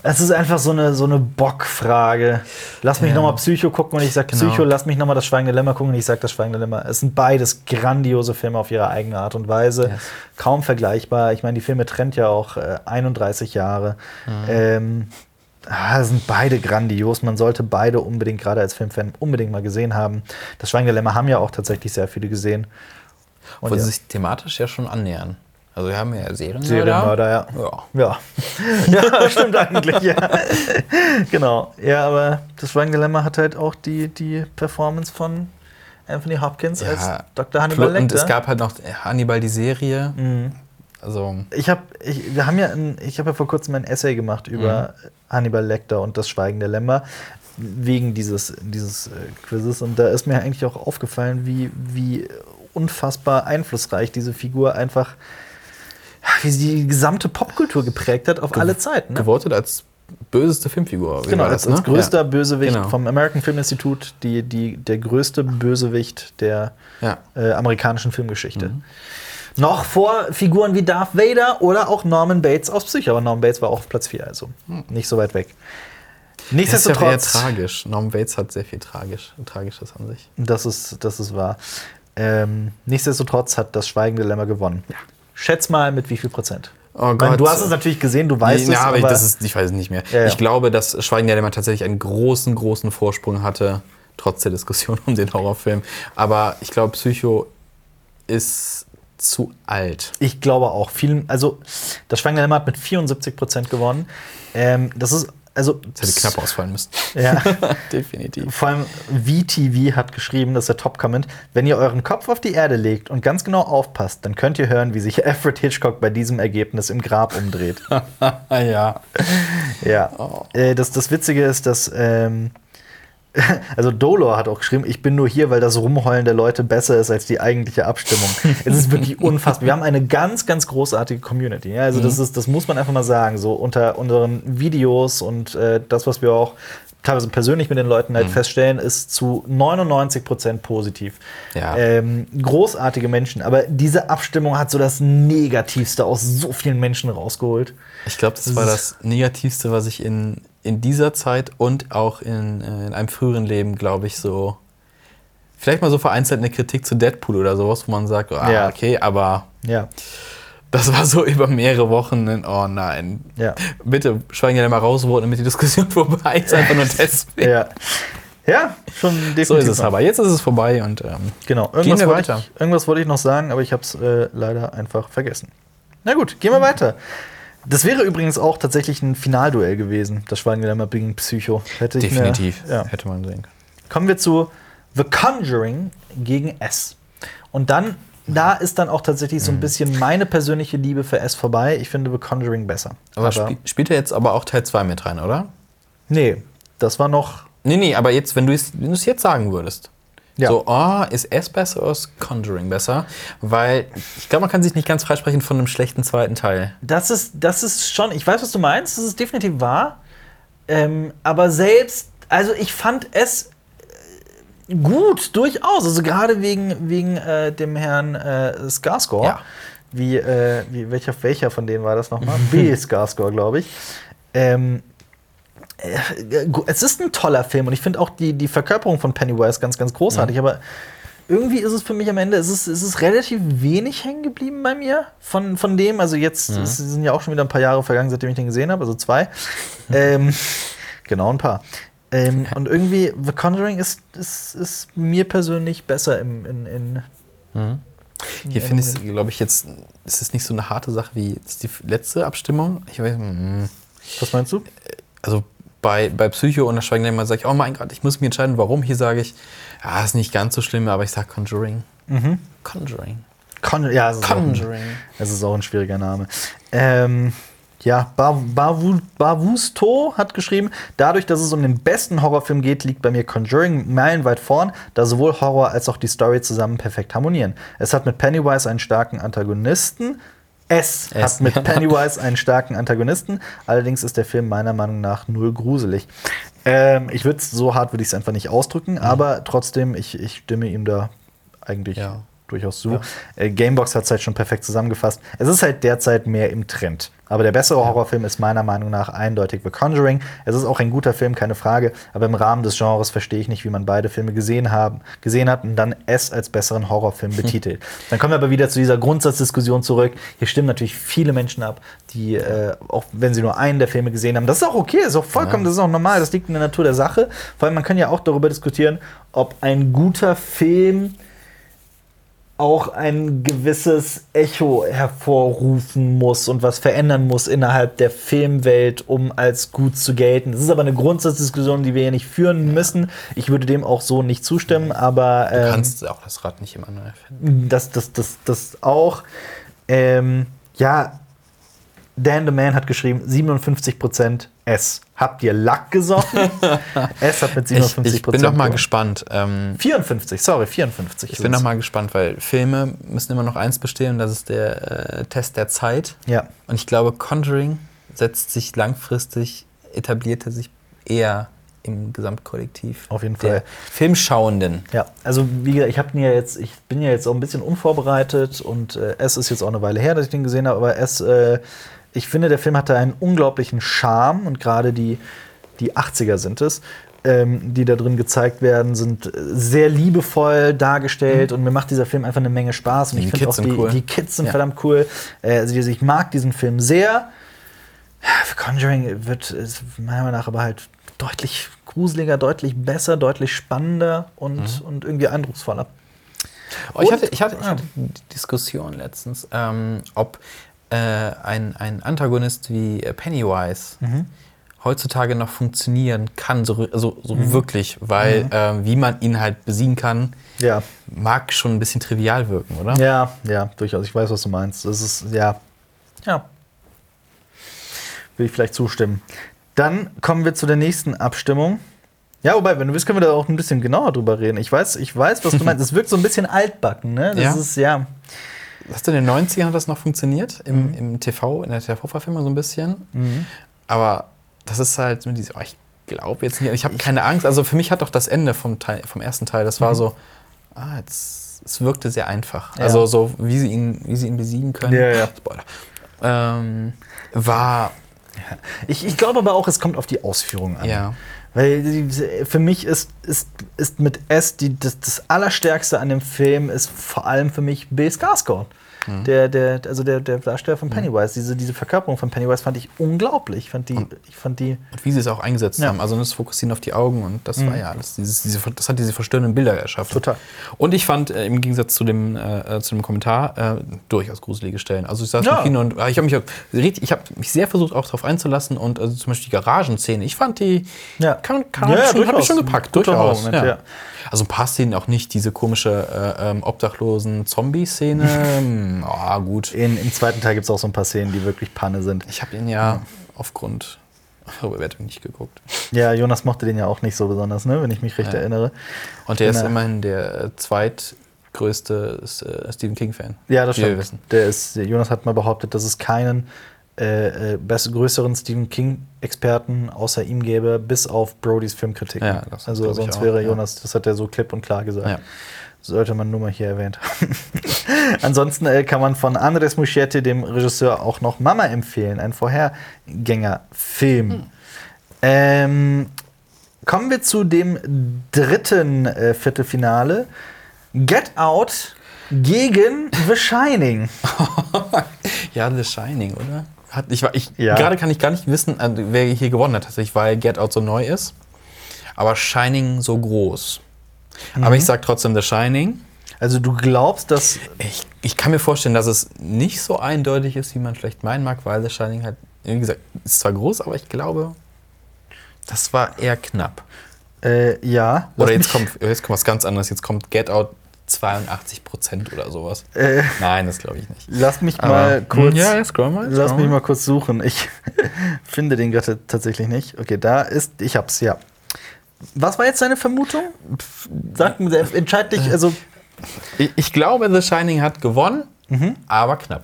A: Es ist einfach so eine, so eine Bockfrage. Lass mich noch nochmal Psycho gucken und ich sag Psycho, lass mich nochmal das Schweigende Lämmer gucken und ich sag das Schweigende Lämmer. Es sind beides grandiose Filme auf ihre eigene Art und Weise.
B: Yes.
A: Kaum vergleichbar. Ich meine, die Filme trennt ja auch äh, 31 Jahre. Ähm, ah, sind beide grandios. Man sollte beide unbedingt, gerade als Filmfan, unbedingt mal gesehen haben. Das Schweigende Lämmer haben ja auch tatsächlich sehr viele gesehen. Und
B: Obwohl
A: ja.
B: sie sich thematisch ja schon annähern. Also wir haben ja Serienmörder.
A: Serienmörder, ja.
B: Ja.
A: Ja. ja, stimmt eigentlich, ja. genau. Ja, aber das Schweigende Lämmer hat halt auch die, die Performance von Anthony Hopkins
B: Ja.
A: als Dr. Hannibal ne? Mhm.
B: Pl- Und es
A: Lecter.
B: gab halt noch Hannibal die Serie. Also
A: Ich habe ich, wir haben ja ein, ich habe ja vor kurzem ein Essay
B: Mhm.
A: gemacht über Hannibal Lecter und das Schweigende Lämmer wegen dieses dieses äh, Quizzes und da ist mir eigentlich auch aufgefallen, wie wie unfassbar einflussreich diese Figur einfach wie sie die gesamte Popkultur geprägt hat auf alle Zeiten. Ne?
B: gewotet als böseste Filmfigur. Wie
A: Genau,
B: war das,
A: als, als
B: ne?
A: größter
B: Ja.
A: Bösewicht
B: Genau.
A: vom American Film Institute, die, die, der größte Bösewicht der
B: Ja. Mhm.
A: äh, amerikanischen Filmgeschichte. Noch vor Figuren wie Darth Vader oder auch Norman Bates aus Psycho. Aber Norman Bates war auch auf Platz 4, also nicht so weit weg.
B: Das ist Hm. ja eher
A: Nichtsdestotrotz,
B: tragisch. Norm Bates hat sehr viel tragisch, Tragisches an sich.
A: das ist, das ist wahr. Ähm, nichtsdestotrotz hat das Schweigende Lämmer gewonnen. Schätz mal, mit wie viel Prozent?
B: Oh
A: Ich meine, du
B: Gott.
A: hast es natürlich gesehen, du weißt es.
B: ja, aber ich, das ist, ich weiß es nicht mehr.
A: Ja, ja.
B: Ich glaube, dass Schweigen der Lämmer tatsächlich einen großen, großen Vorsprung hatte, trotz der Diskussion um den Horrorfilm. Aber ich glaube, Psycho ist zu alt.
A: Ich glaube auch. Vielen, also das Schweigende Lämmer hat mit 74 Prozent gewonnen. Ähm, das ist, also.
B: Das hätte knapp ausfallen müssen.
A: Ja,
B: Definitiv.
A: vor allem VTV hat geschrieben, das ist der Top-Comment, wenn ihr euren Kopf auf die Erde legt und ganz genau aufpasst, dann könnt ihr hören, wie sich Alfred Hitchcock bei diesem Ergebnis im Grab umdreht.
B: Ah, ja.
A: Ja. Äh, das, das Witzige ist, dass. Ähm, also Dolor hat auch geschrieben, ich bin nur hier, weil das Rumheulen der Leute besser ist als die eigentliche Abstimmung. es ist wirklich unfassbar. Wir haben eine ganz, ganz großartige Community. Ja? Also das ist, das muss man einfach mal sagen. So unter unseren Videos und äh, das, was wir auch teilweise persönlich mit den Leuten halt feststellen, ist zu 99 Prozent positiv.
B: Ja.
A: Ähm, großartige Menschen. Aber diese Abstimmung hat so das Negativste aus so vielen Menschen rausgeholt.
B: Ich glaube, das war das Negativste, was ich in, in dieser Zeit und auch in, äh, in einem früheren Leben, glaube ich, so. Vielleicht mal so vereinzelt eine Kritik zu Deadpool oder sowas, wo man sagt, ah,
A: Ja.
B: okay, aber
A: Ja.
B: das war so über mehrere Wochen. ein, Oh nein.
A: Ja.
B: Bitte schweigen ja mal raus, wo- damit die Diskussion vorbei ist, einfach nur deswegen.
A: Ja. Ja, schon definitiv.
B: So ist es
A: noch.
B: aber. Jetzt ist es vorbei und ähm,
A: Genau.
B: Gehen
A: Irgendwas,
B: wir
A: wollte
B: weiter.
A: Ich, irgendwas wollte ich noch sagen, aber ich habe es äh, leider einfach vergessen. Na gut, gehen wir weiter. Das wäre übrigens auch tatsächlich ein Finalduell gewesen, das Schweigende Lämmer gegen Psycho. Hätte ich mir-
B: definitiv
A: ja.
B: hätte man sehen können.
A: Kommen wir zu The Conjuring gegen S. Und dann da ist dann auch tatsächlich
B: Mhm.
A: so ein bisschen meine persönliche Liebe für S vorbei. Ich finde The Conjuring besser.
B: Aber, spie spielt er jetzt aber auch Teil 2 mit rein, oder?
A: nee, das war noch.
B: Nee, nee, aber jetzt, wenn du es wenn du es jetzt sagen würdest.
A: Ja.
B: So, oh, ist S besser oder ist Conjuring besser? Weil ich glaube, man kann sich nicht ganz freisprechen von einem schlechten zweiten Teil.
A: Das ist, das ist schon, ich weiß, was du meinst, das ist definitiv wahr. Ähm, aber selbst, also ich fand es äh, gut, durchaus. Also gerade wegen, wegen äh, dem Herrn äh, Skarsgård.
B: Ja.
A: Wie, äh, wie, welcher, welcher von denen war das nochmal? B. Skarsgård, glaube ich. Ähm, äh, gu- es ist ein toller Film und ich finde auch die, die Verkörperung von Pennywise ganz, ganz großartig, aber irgendwie ist es für mich am Ende, es ist, es ist relativ wenig hängen geblieben bei mir von, von dem. Also jetzt es sind ja auch schon wieder ein paar Jahre vergangen, seitdem ich den gesehen habe, also zwei. ähm, genau ein paar. Ähm, und irgendwie The Conjuring ist, ist, ist mir persönlich besser im, in, in
B: Hier finde ich, glaube ich, jetzt ist es nicht so eine harte Sache wie jetzt die letzte Abstimmung. Ich weiß, mm,
A: was meinst du?
B: also bei, bei Psycho und das Schweigen der Lämmer sage ich, oh mein Gott, ich muss mich entscheiden, warum. Hier sage ich, ja, ist nicht ganz so schlimm, aber ich sage Conjuring.
A: Mhm.
B: Conjuring.
A: Con ja, es ist, auch ein,
B: Conjuring.
A: es ist auch ein schwieriger Name. Ähm, ja, Bav- Bavu- Bavusto hat geschrieben, dadurch, dass es um den besten Horrorfilm geht, liegt bei mir Conjuring meilenweit vorn, da sowohl Horror als auch die Story zusammen perfekt harmonieren. Es hat mit Pennywise einen starken Antagonisten. Es,
B: Es.
A: hat mit Pennywise einen starken Antagonisten. Allerdings ist der Film meiner Meinung nach null gruselig. Ähm, ich würde so hart würde ich es einfach nicht ausdrücken, aber trotzdem, ich, ich stimme ihm da eigentlich
B: Ja.
A: durchaus zu. Äh, Gamebox hat es halt schon perfekt zusammengefasst. Es ist halt derzeit mehr im Trend. Aber der bessere Horrorfilm ist meiner Meinung nach eindeutig The Conjuring. Es ist auch ein guter Film, keine Frage. Aber im Rahmen des Genres verstehe ich nicht, wie man beide Filme gesehen, haben, gesehen hat und dann es als besseren Horrorfilm betitelt. Dann kommen wir aber wieder zu dieser Grundsatzdiskussion zurück. Hier stimmen natürlich viele Menschen ab, die, äh, auch wenn sie nur einen der Filme gesehen haben, das ist auch okay, ist auch vollkommen, das ist auch normal, das liegt in der Natur der Sache. Vor allem, man kann ja auch darüber diskutieren, ob ein guter Film auch ein gewisses Echo hervorrufen muss und was verändern muss innerhalb der Filmwelt, um als gut zu gelten. Das ist aber eine Grundsatzdiskussion, die wir hier nicht führen müssen. Ich würde dem auch so nicht zustimmen, aber
B: Du
A: ähm,
B: kannst auch das Rad nicht immer neu erfinden.
A: das, das, das, das auch. Ähm, ja, Dan the Man hat geschrieben, 57% S. Habt ihr Lack gesoffen? S hat mit 57%
B: Ich, ich bin noch mal
A: gewonnen.
B: gespannt. Ähm,
A: 54, sorry, 54.
B: ich bin noch mal gespannt, weil Filme müssen immer noch eins bestehen und das ist der äh, Test der Zeit.
A: Ja.
B: Und ich glaube, Conjuring setzt sich langfristig, etabliert er sich eher im Gesamtkollektiv.
A: Auf jeden Fall.
B: Der Filmschauenden.
A: Ja, also wie gesagt, ich habe ja jetzt, ich bin ja jetzt auch ein bisschen unvorbereitet und äh, es ist jetzt auch eine Weile her, dass ich den gesehen habe, aber es, äh, ich finde, der Film hatte einen unglaublichen Charme und gerade die, die 80er sind es, ähm, die da drin gezeigt werden, sind äh, sehr liebevoll dargestellt und mir macht dieser Film einfach eine Menge Spaß und
B: Mhm. Die
A: ich finde
B: Kids
A: auch
B: sind
A: die,
B: cool.
A: die Kids sind
B: Ja.
A: verdammt cool. Äh, also ich mag diesen Film sehr. The Conjuring wird äh, meiner Meinung nach aber halt deutlich gruseliger, deutlich besser, deutlich spannender und, und irgendwie eindrucksvoller.
B: Oh, ich,
A: Und-
B: hatte, ich, hatte, ich hatte die Diskussion letztens, ähm, ob äh, ein, ein Antagonist wie äh, Pennywise heutzutage noch funktionieren kann, so, so, so wirklich, weil ähm, wie man ihn halt besiegen kann,
A: Ja,
B: mag schon ein bisschen trivial wirken, oder?
A: ja, ja, durchaus. Ich weiß, was du meinst. Das ist, ja. Ja. Will ich vielleicht zustimmen. Dann kommen wir zu der nächsten Abstimmung. Ja, wobei, wenn du willst, können wir da auch ein bisschen genauer drüber reden. Ich weiß, ich weiß, was du meinst. Es wirkt so ein bisschen altbacken, ne? Das
B: Ja.
A: ist, ja.
B: Hast du in den 90ern hat das noch funktioniert? Im,
A: Mhm.
B: im TV, in der TV-Verfilmung so ein bisschen. Aber das ist halt so diese, oh, ich glaube jetzt nicht, ich habe keine Angst. Also für mich hat doch das Ende vom, Teil, vom ersten Teil, das war so, ah, jetzt, es wirkte sehr einfach.
A: Mhm. Ja.
B: Also so, wie sie ihn, wie sie ihn besiegen können.
A: Ja, ja.
B: Spoiler. Ähm, war,
A: Ich, ich glaube aber auch, es kommt auf die Ausführung an.
B: ja.
A: Weil die- für mich ist, ist, ist mit S die, das, das Allerstärkste an dem Film ist vor allem für mich Bill Skarsgård. der, der, also der, der Darsteller von Pennywise. Diese, diese Verkörperung von Pennywise fand ich unglaublich. Ich fand die, ich fand die
B: Und wie sie es auch eingesetzt
A: Ja. Mhm.
B: haben. Also das Fokussieren auf die Augen und das war ja alles. Dieses, diese, das hat diese verstörenden Bilder erschaffen.
A: Total.
B: Und ich fand äh, im Gegensatz zu dem, äh, äh, zu dem Kommentar äh, durchaus gruselige Stellen. Also ich saß
A: Ja.
B: im Kino und äh, ich habe mich, auch richtig- ich hab mich sehr versucht, auch darauf einzulassen. Und also zum Beispiel die Garagenszene, ich fand die
A: Ja.
B: kann, kann
A: Ja, ja,
B: schon, hat mich
A: durchaus.
B: schon gepackt.
A: Guter
B: Durchaus.
A: Horrormoment, ja.
B: Also ein paar Szenen auch nicht, diese komische äh, ähm, obdachlosen Zombie-Szene. Hm, Ah, gut.
A: in, im zweiten Teil gibt es auch so ein paar Szenen, die wirklich Panne sind.
B: Ich habe ihn ja aufgrund eurer Bewertung nicht geguckt.
A: Ja, Jonas mochte den ja auch nicht so besonders, ne, wenn ich mich recht
B: Ja.
A: erinnere.
B: Und der ist
A: Na.
B: immerhin der äh, zweitgrößte äh, Stephen King-Fan.
A: Ja, das
B: Wie wir
A: stimmt.
B: wissen.
A: Der ist, der Jonas hat mal behauptet, dass es keinen äh, äh, bess- größeren Stephen King-Experten außer ihm gäbe, bis auf Brodys Filmkritik.
B: Ja, das
A: also
B: glaub ich
A: sonst
B: auch,
A: wäre
B: ja.
A: Jonas, das hat er so klipp und klar gesagt.
B: Ja.
A: Sollte man nur mal hier erwähnt haben. Ansonsten äh, kann man von Andres Muschietti, dem Regisseur, auch noch Mama empfehlen, ein Vorhergängerfilm.
B: Hm.
A: Ähm, kommen wir zu dem dritten äh, Viertelfinale. Get Out gegen The Shining.
B: ja, The Shining, oder? Hat, ich, war- ich,
A: Ja.
B: Gerade kann ich gar nicht wissen, äh, wer hier gewonnen hat, tatsächlich, weil Get Out so neu ist. Aber Shining so groß. Aber
A: Mhm.
B: ich sag trotzdem The Shining.
A: Also du glaubst, dass
B: Ich, ich kann mir vorstellen, dass es nicht so eindeutig ist, wie man vielleicht meinen mag, weil The Shining halt, wie gesagt, ist zwar groß, aber ich glaube, das war eher knapp.
A: äh, ja.
B: Oder
A: lass
B: jetzt
A: mich-
B: kommt, jetzt kommt was ganz anderes. Jetzt kommt Get Out 82% oder sowas.
A: Äh,
B: Nein, das glaube ich nicht.
A: lass mich mal kurz.
B: hm, Ja, scroll mal.
A: Lass mich mal kurz suchen. Ich finde den gerade tatsächlich nicht. Okay, da ist. Ich hab's, ja. Was war jetzt deine Vermutung? Sag mir, äh, entscheid dich. Also,
B: Ich, ich glaube, The Shining hat gewonnen,
A: Mhm.
B: aber knapp.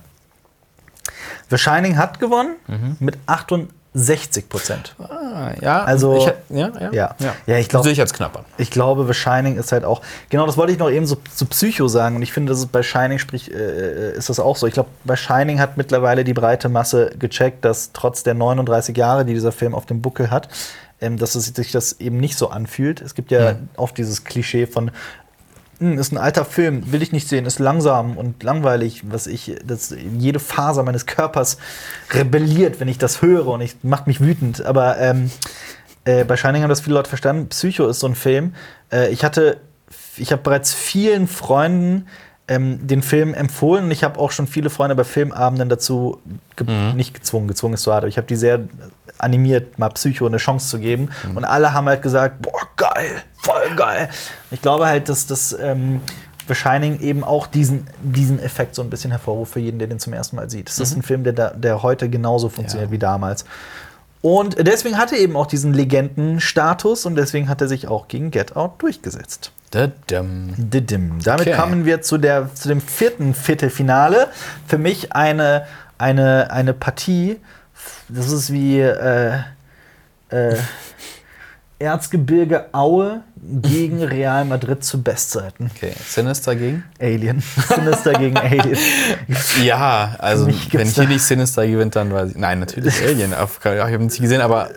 A: The Shining hat gewonnen mit 68 Prozent.
B: Ah, ja.
A: Also-
B: ich, ja, ja,
A: Ja. Ja, ich glaub-
B: Sehe ich als knapper.
A: Ich glaube, The Shining ist halt auch. Genau, das wollte ich noch eben so zu Psycho sagen. Und ich finde, das ist bei Shining sprich, äh, äh, ist das auch so. Ich glaube, bei Shining hat mittlerweile die breite Masse gecheckt, dass trotz der 39 Jahre, die dieser Film auf dem Buckel hat, ähm, dass es sich das eben nicht so anfühlt. Es gibt ja oft dieses Klischee von. "Hm, Ist ein alter Film, will ich nicht sehen, ist langsam und langweilig, was ich, dass jede Faser meines Körpers rebelliert, wenn ich das höre und ich macht mich wütend. Aber ähm, äh, bei Shining haben das viele Leute verstanden. Psycho ist so ein Film. Äh, ich hatte, ich habe bereits vielen Freunden ähm, den Film empfohlen und ich habe auch schon viele Freunde bei Filmabenden dazu ge nicht gezwungen, gezwungen ist zu hart, aber ich habe die sehr animiert, mal Psycho eine Chance zu geben. Und alle haben halt gesagt, boah, geil, voll geil. Ich glaube halt, dass das ähm, The Shining eben auch diesen, diesen Effekt so ein bisschen hervorruft für jeden, der den zum ersten Mal sieht. Das ist ein Film, der, da, der heute genauso funktioniert
B: Ja.
A: wie damals. Und deswegen hat er eben auch diesen Legendenstatus und deswegen hat er sich auch gegen Get Out durchgesetzt.
B: Dadam.
A: Didim. Damit
B: Okay.
A: kommen wir zu, der, zu dem vierten Viertelfinale. Für mich eine, eine, eine Partie, das ist wie äh, äh, Erzgebirge Aue gegen Real Madrid zu Bestzeiten.
B: Okay, Sinister gegen?
A: Alien. Sinister gegen Alien.
B: Ja, also
A: mich gibt's
B: wenn
A: da-
B: hier nicht Sinister gewinnt, dann weiß ich. Nein, natürlich Alien. Auf- ich habe ihn nicht gesehen, aber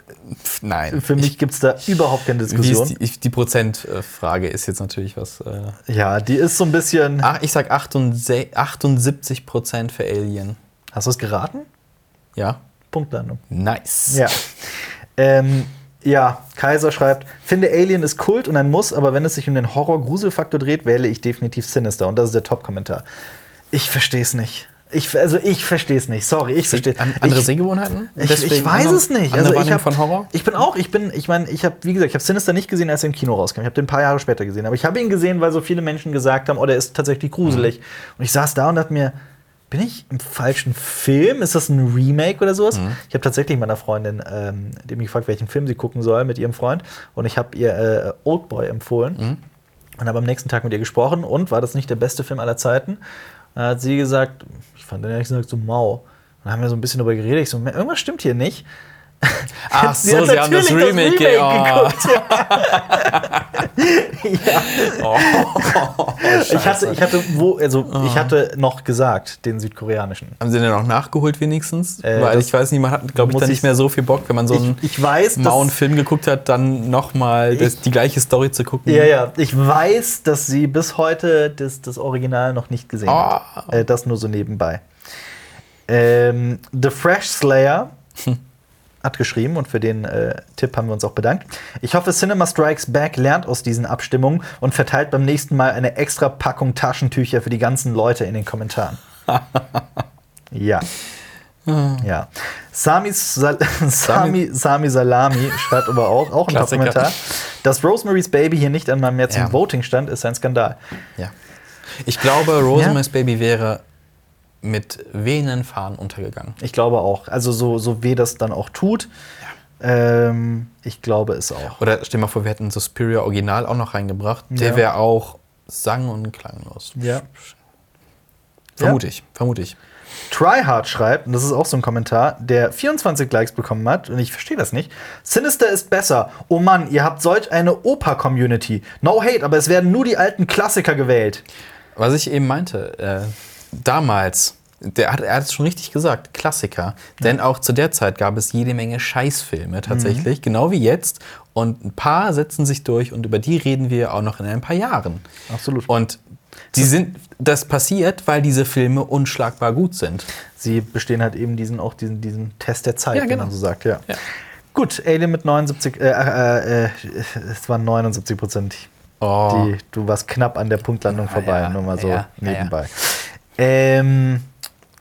B: pf, nein.
A: Für mich gibt es da überhaupt keine
B: Wie ist
A: Diskussion.
B: die, ich- die Prozentfrage ist jetzt natürlich was. Äh,
A: ja, die ist so ein bisschen.
B: ach, ich sag 78 Prozent für Alien.
A: Hast du es geraten?
B: Ja,
A: Punktlandung.
B: nice.
A: Ja. Ähm, ja, Kaiser schreibt, finde Alien ist Kult und ein Muss, aber wenn es sich um den Horror-Grusel-Faktor dreht, wähle ich definitiv Sinister. Und das ist der Top-Kommentar. Ich verstehe es nicht. Ich, also ich verstehe es nicht. Sorry, ich verstehe.
B: An, andere
A: ich,
B: Sehgewohnheiten?
A: ich, ich
B: Deswegen
A: weiß
B: andere-
A: es nicht.
B: andere
A: Also ich
B: Wahrnehmung
A: hab,
B: von Horror?
A: Ich bin auch, ich bin, ich meine, ich habe, wie gesagt, ich habe Sinister nicht gesehen, als er im Kino rauskam. Ich habe den ein paar Jahre später gesehen. Aber ich habe ihn gesehen, weil so viele Menschen gesagt haben, oh, der ist tatsächlich gruselig. Und ich saß da und dachte mir, bin ich im falschen Film? Ist das ein Remake oder sowas? Ich habe tatsächlich meiner Freundin, ähm, die hat mich gefragt, welchen Film sie gucken soll mit ihrem Freund. Und ich habe ihr äh, Oldboy empfohlen. Und habe am nächsten Tag mit ihr gesprochen und war das nicht der beste Film aller Zeiten? Da hat sie gesagt, ich fand den ehrlich gesagt so mau. Und dann haben wir so ein bisschen darüber geredet. Ich so, irgendwas stimmt hier nicht.
B: Ah, Ach so, sie haben das Remake, Oh.
A: Remake
B: ja.
A: geguckt.
C: Oh,
A: ich hatte, ich hatte, wo, also ich hatte noch gesagt, den südkoreanischen.
B: Haben sie denn auch nachgeholt wenigstens?
A: Äh,
B: Weil
A: das
B: ich weiß nicht, man hat, glaube ich,
A: muss
B: dann
A: ich-
B: nicht mehr so viel Bock, wenn man so einen
A: Ich, ich weiß,
B: mauen Film geguckt hat, dann nochmal
A: Ich-
B: die gleiche Story zu gucken.
A: Ja, ja. Ich weiß, dass sie bis heute das, das Original noch nicht gesehen hat. Äh, das nur so nebenbei. Ähm, The Fresh Slayer hat geschrieben und für den äh, Tipp haben wir uns auch bedankt. Ich hoffe, Cinema Strikes Back lernt aus diesen Abstimmungen und verteilt beim nächsten Mal eine extra Packung Taschentücher für die ganzen Leute in den Kommentaren. ja. Ja. Sami, Sal Sami, Sami Salami schreibt aber auch, auch einen
B: Klassiker.
A: Kommentar. Dass Rosemary's Baby hier nicht an meinem März
B: Ja.
A: im Voting stand, ist ein Skandal.
B: Ja. Ich glaube, Rosemary's Baby wäre mit wenigen Fahren untergegangen.
A: Ich glaube auch. Also so, so weh das dann auch tut, ähm, ich glaube es auch.
B: Oder stell dir mal vor, wir hätten Suspiria Original auch noch reingebracht.
A: Ja.
B: Der wäre auch sang- und klanglos.
A: Ja.
B: Vermute ich, vermute ich.
A: Tryhard schreibt, und das ist auch so ein Kommentar, der 24 Likes bekommen hat, und ich verstehe das nicht. Sinister ist besser. Oh Mann, ihr habt solch eine Oper-Community. No hate, aber es werden nur die alten Klassiker gewählt.
B: Was ich eben meinte, äh, damals, der hat, er hat es schon richtig gesagt, Klassiker. Denn auch zu der Zeit gab es jede Menge Scheißfilme
A: Mhm.
B: tatsächlich, genau wie jetzt. Und ein paar setzen sich durch und über die reden wir auch noch in ein paar Jahren.
A: Absolut.
B: Und die sind, das passiert, weil diese Filme unschlagbar gut sind.
A: Sie bestehen halt eben diesen, auch diesen, diesen Test der Zeit,
B: Ja,
A: wie
B: genau.
A: man so sagt, ja.
B: Ja.
A: Gut, Alien mit 79, äh, äh, äh, es waren 79 Prozent.
B: Oh.
A: Die, du warst knapp an der Punktlandung vorbei,
B: ja,
A: nur mal so
B: ja, ja, ja.
A: nebenbei. Ähm,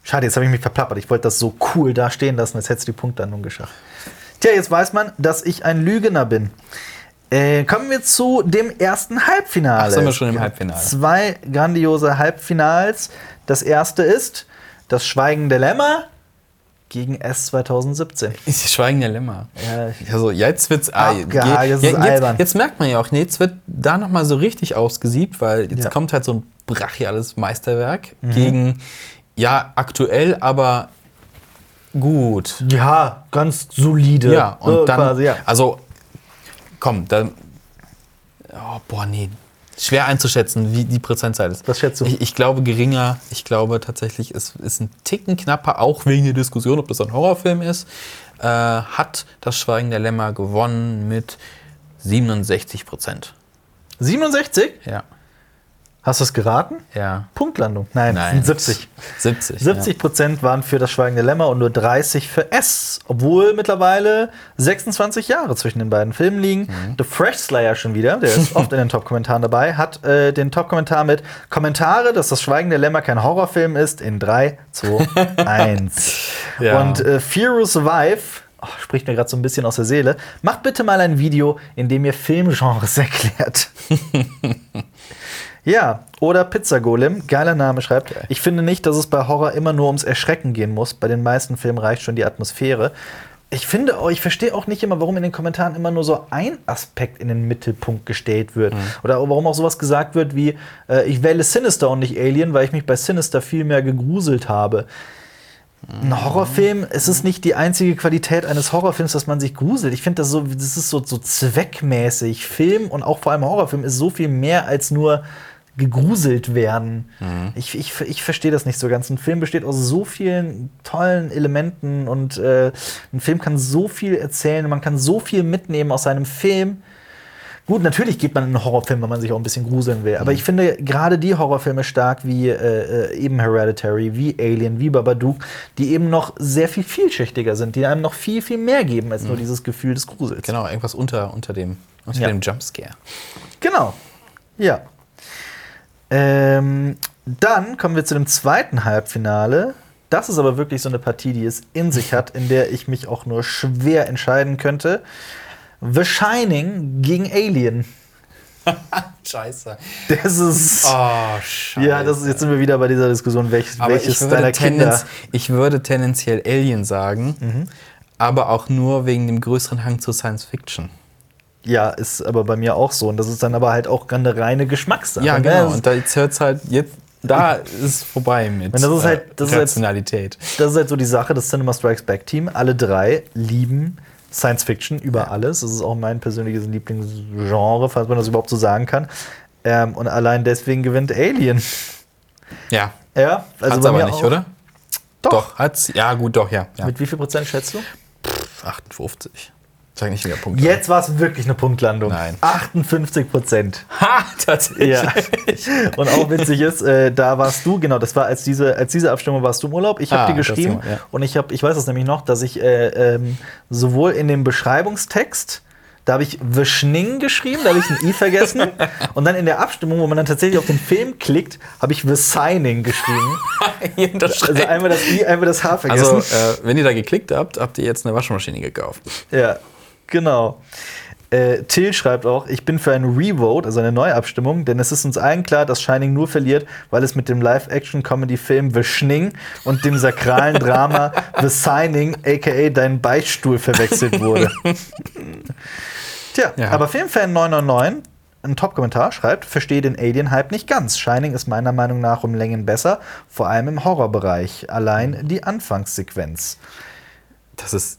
A: schade, jetzt habe ich mich verplappert. Ich wollte das so cool da stehen lassen, als hättest du die Punktlandung geschafft. Tja, jetzt weiß man, dass ich ein Lügner bin. Äh, kommen wir zu dem ersten Halbfinale.
B: Ach, sind wir schon im Halbfinale.
A: Zwei grandiose Halbfinals. Das erste ist das Schweigen der Lämmer gegen S 2017.
B: Die schweigen ja lämmer.
A: Ja, ich-
B: Also jetzt wird's
A: Abgehakt,
B: je-
A: das ist albern.
B: jetzt, jetzt merkt man ja auch, nee, jetzt wird da noch mal so richtig ausgesiebt, weil jetzt
A: Ja. Mhm.
B: kommt halt so ein brachiales Meisterwerk gegen ja aktuell, aber gut.
A: Ja, ganz solide.
B: Ja und
A: So
B: dann
A: quasi, ja.
B: also komm, dann oh, boah nee. Schwer einzuschätzen, wie die Prozentzahl ist.
A: Was schätzt du?
B: Ich, ich glaube geringer. Ich glaube tatsächlich, es ist ein Ticken knapper, auch wegen der Diskussion, ob das ein Horrorfilm ist. Äh, hat das Schweigen der Lämmer gewonnen mit 67 Prozent.
A: 67?
B: Ja.
A: Hast du es geraten?
B: Ja.
A: Punktlandung. Nein,
B: Nein.
A: sind 70.
B: 70.
A: 70 Prozent waren für das Schweigende Lämmer und nur 30 für S, obwohl mittlerweile 26 Jahre zwischen den beiden Filmen liegen. The Fresh Slayer schon wieder, der ist oft in den Top-Kommentaren dabei, hat äh, den Top-Kommentar mit Kommentare, dass das Schweigende Lämmer kein Horrorfilm ist, in 3, 2, 1.
B: Ja.
A: Und äh, Furious Vive. Oh, spricht mir gerade so ein bisschen aus der Seele. Macht bitte mal ein Video, in dem ihr Filmgenres erklärt. Ja, oder Pizza Golem, geiler Name schreibt. Ich finde nicht, dass es bei Horror immer nur ums Erschrecken gehen muss. Bei den meisten Filmen reicht schon die Atmosphäre. Ich finde, auch- ich verstehe auch nicht immer, warum in den Kommentaren immer nur so ein Aspekt in den Mittelpunkt gestellt wird. Oder warum auch sowas gesagt wird wie, äh, ich wähle Sinister und nicht Alien, weil ich mich bei Sinister viel mehr gegruselt habe. Ein Horrorfilm, es ist nicht die einzige Qualität eines Horrorfilms, dass man sich gruselt. Ich finde das so, das ist so, so zweckmäßig. Film und auch vor allem Horrorfilm ist so viel mehr als nur gegruselt werden. Ich, ich, ich verstehe das nicht so ganz. Ein Film besteht aus so vielen tollen Elementen und äh, ein Film kann so viel erzählen, man kann so viel mitnehmen aus einem Film. Gut, natürlich geht man in einen Horrorfilm, wenn man sich auch ein bisschen gruseln will. Aber ich finde gerade die Horrorfilme stark, wie äh, äh, eben Hereditary, wie Alien, wie Babadook, die eben noch sehr viel vielschichtiger sind, die einem noch viel, viel mehr geben als nur dieses Gefühl des Grusels.
B: Genau, irgendwas unter, unter dem, unter
A: Ja.
B: dem Jumpscare.
A: Genau. Ja. Ähm, dann kommen wir zu dem zweiten Halbfinale. Das ist aber wirklich so eine Partie, die es in sich hat, in der ich mich auch nur schwer entscheiden könnte. The Shining gegen Alien.
B: Scheiße.
A: Das ist.
B: Oh, scheiße.
A: Ja, das ist, jetzt sind wir wieder bei dieser Diskussion, welch,
B: Aber
A: welches
B: ich würde,
A: deiner Kinder. Mhm.
B: tendenz, ich würde tendenziell Alien sagen, aber auch nur wegen dem größeren Hang zu Science Fiction.
A: Ja, ist aber bei mir auch so. Und das ist dann aber halt auch eine reine Geschmackssache.
B: Ja,
A: ne?
B: genau.
A: Das
B: Und da, jetzt hört's halt, jetzt, da ist es vorbei mit äh,
A: das ist halt- das ist halt-
B: Rationalität.
A: das ist halt so die Sache, das Cinema Strikes Back Team. Alle drei lieben Science Fiction über alles. Das ist auch mein persönliches Lieblingsgenre, falls man das überhaupt so sagen kann. Ähm, und allein deswegen gewinnt Alien.
B: Ja.
A: Ja, also
B: Hat's
A: bei
B: aber
A: mir
B: nicht,
A: auch.
B: oder?
A: Doch.
B: hat's. Ja, gut, doch, ja. ja.
A: Mit wie viel Prozent schätzt du?
B: 58. Sag nicht wieder Punkte.
A: Jetzt war es wirklich eine Punktlandung.
B: Nein.
A: 58 Prozent.
B: Ha, tatsächlich.
A: Ja. Und auch witzig ist, äh, da warst du, genau, das war als diese, als diese Abstimmung warst du im Urlaub. Ich habe
B: Ah,
A: dir
B: das
A: geschrieben
B: Thema, ja.
A: und ich habe, ich weiß das nämlich noch, dass ich äh, ähm, sowohl in dem Beschreibungstext da habe ich The Schning geschrieben, da habe ich ein I vergessen. Und dann in der Abstimmung, wo man dann tatsächlich auf den Film klickt, habe ich The Signing geschrieben.
C: Hier unterschreiben.
A: Also einmal das I, einmal das H vergessen.
B: Also, äh, wenn ihr da geklickt habt, habt ihr jetzt eine Waschmaschine gekauft.
A: Ja, genau. Äh, Till schreibt auch, ich bin für ein Revote, also eine Neuabstimmung, denn es ist uns allen klar, dass Shining nur verliert, weil es mit dem Live-Action-Comedy-Film The Schning und dem sakralen Drama The Signing, aka Dein Beichtstuhl, verwechselt wurde. Tja,
B: Ja.
A: aber Filmfan 999, ein Top-Kommentar, schreibt, verstehe den Alien-Hype nicht ganz. Shining ist meiner Meinung nach um Längen besser, vor allem im Horrorbereich. Allein die Anfangssequenz.
B: Das ist.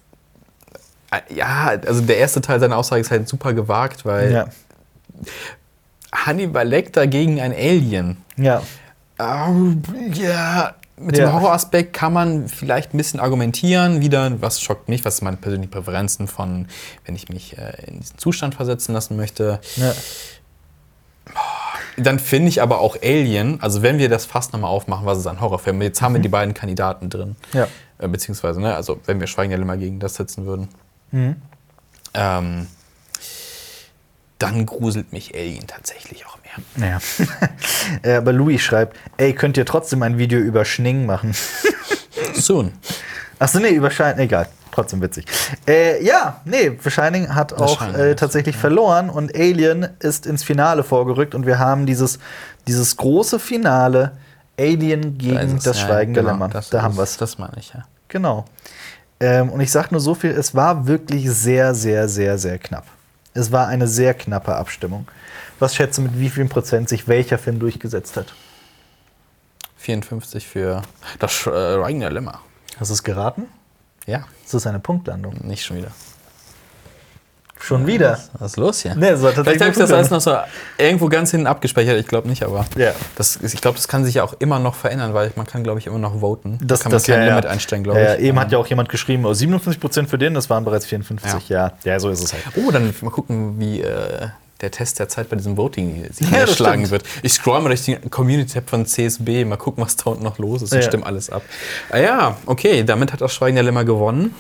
B: Ja, also der erste Teil seiner Aussage ist halt super gewagt, weil
A: Ja,
B: Hannibal Lecter gegen ein Alien.
A: ja,
B: Au, ja, mit
A: Ja.
B: dem Horroraspekt kann man vielleicht ein bisschen argumentieren. Wieder, was schockt mich, was sind meine persönlichen Präferenzen von, wenn ich mich äh, in diesen Zustand versetzen lassen möchte.
A: ja.
B: Dann finde ich aber auch Alien, also wenn wir das fast nochmal aufmachen, was ist ein Horrorfilm? Jetzt haben wir die beiden Kandidaten drin.
A: Mhm. ja.
B: Äh, beziehungsweise, ne, also wenn wir Schweigen der Lämmer gegen das setzen würden.
A: Mhm.
B: Ähm, dann gruselt mich Alien tatsächlich auch mehr.
A: Naja. äh, aber Louis schreibt, ey, könnt ihr trotzdem ein Video über Schning machen?
B: Soon.
A: Achso, nee, über Shining, egal. Trotzdem witzig. Äh, ja, nee, für Shining hat auch
B: Shining
A: äh,
B: ist,
A: tatsächlich verloren und Alien ist ins Finale vorgerückt und wir haben dieses, dieses große Finale Alien
B: Da ist
A: gegen
B: es.
A: das
B: Ja,
A: Schweigen
B: genau,
A: der Lämmer.
B: das
A: Da haben
B: ist-
A: wir es.
B: Das meine ich, ja.
A: Genau. Ähm, und ich sag nur so viel, es war wirklich sehr, sehr, sehr, sehr knapp. Es war eine sehr knappe Abstimmung. Was schätzt du, mit wie vielen Prozent sich welcher Film durchgesetzt hat?
B: 54 für das Sch- äh, Schweigen der Lämmer.
A: Hast du es geraten?
B: Ja,
A: Das ist eine Punktlandung.
B: nicht schon wieder.
A: Schon wieder.
B: Was ist los hier?
A: Nee, es war
B: Vielleicht habe ich das
A: eine
B: alles noch so irgendwo ganz hinten abgespeichert, ich glaube nicht, aber
A: Ja.
B: das, ist- ich glaube, das kann sich ja auch immer noch verändern, weil man kann, glaube ich, immer noch voten.
A: Das,
B: kann man
A: das
B: kein
A: ja, ja.
B: Limit einstellen, glaube
A: Ja,
B: ich.
A: eben hat ja auch jemand geschrieben, oh, 57% für den, das waren bereits 54. Ja. ja, so ist es halt.
B: Oh, dann mal gucken, wie äh, der Test der Zeit bei diesem Voting sich
A: Ja, das
B: niederschlagen
A: stimmt.
B: wird. Ich scroll mal durch den Community-Tab von CSB, mal gucken, was da unten noch los ist. Ich
A: Ja.
B: stimme alles ab. Ah ja, okay, damit hat das Schweigen der Lämmer gewonnen.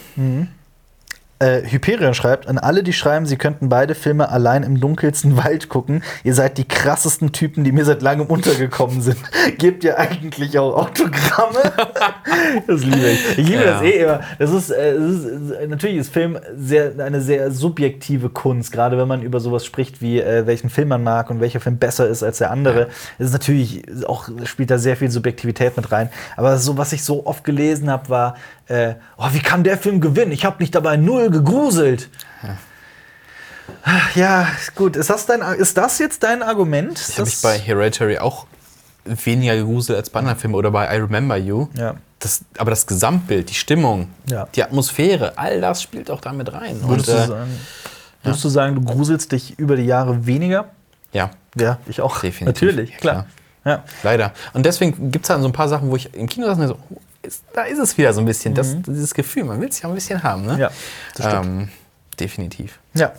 A: Äh, Hyperion schreibt, an alle, die schreiben, sie könnten beide Filme allein im dunkelsten Wald gucken, ihr seid die krassesten Typen, die mir seit langem untergekommen sind. Gebt ihr eigentlich auch Autogramme? das liebe ich. Ich liebe
B: Ja.
A: das eh immer. Das ist, äh, es ist, äh, natürlich ist Film sehr, eine sehr subjektive Kunst, gerade wenn man über sowas spricht, wie äh, welchen Film man mag und welcher Film besser ist als der andere. Es ist natürlich auch, spielt da sehr viel Subjektivität mit rein. Aber so, was ich so oft gelesen habe, war, äh, oh, wie kann der Film gewinnen? Ich habe mich dabei null gegruselt. Ja, gut. Ist das, dein, Ar- ist das jetzt dein Argument?
B: Das habe ich bei Hereditary auch weniger gegruselt als bei anderen Filmen oder bei I Remember You.
A: Ja.
B: Das, aber das Gesamtbild, die Stimmung,
A: Ja.
B: die Atmosphäre, all das spielt auch damit rein.
A: Würdest,
B: äh,
A: du, sagen, würdest du sagen, du gruselst dich über die Jahre weniger?
B: ja,
A: Ja, ich auch.
B: Definitiv.
A: Natürlich,
B: Ja,
A: klar. Ja.
B: leider. Und deswegen gibt es halt so ein paar Sachen, wo ich im Kino saß und so, oh, ist, da ist es wieder so ein bisschen, das, dieses Gefühl, man will es ja ein bisschen haben. Ne?
A: Mhm. Ja, das stimmt.
B: ähm, definitiv.
A: ja.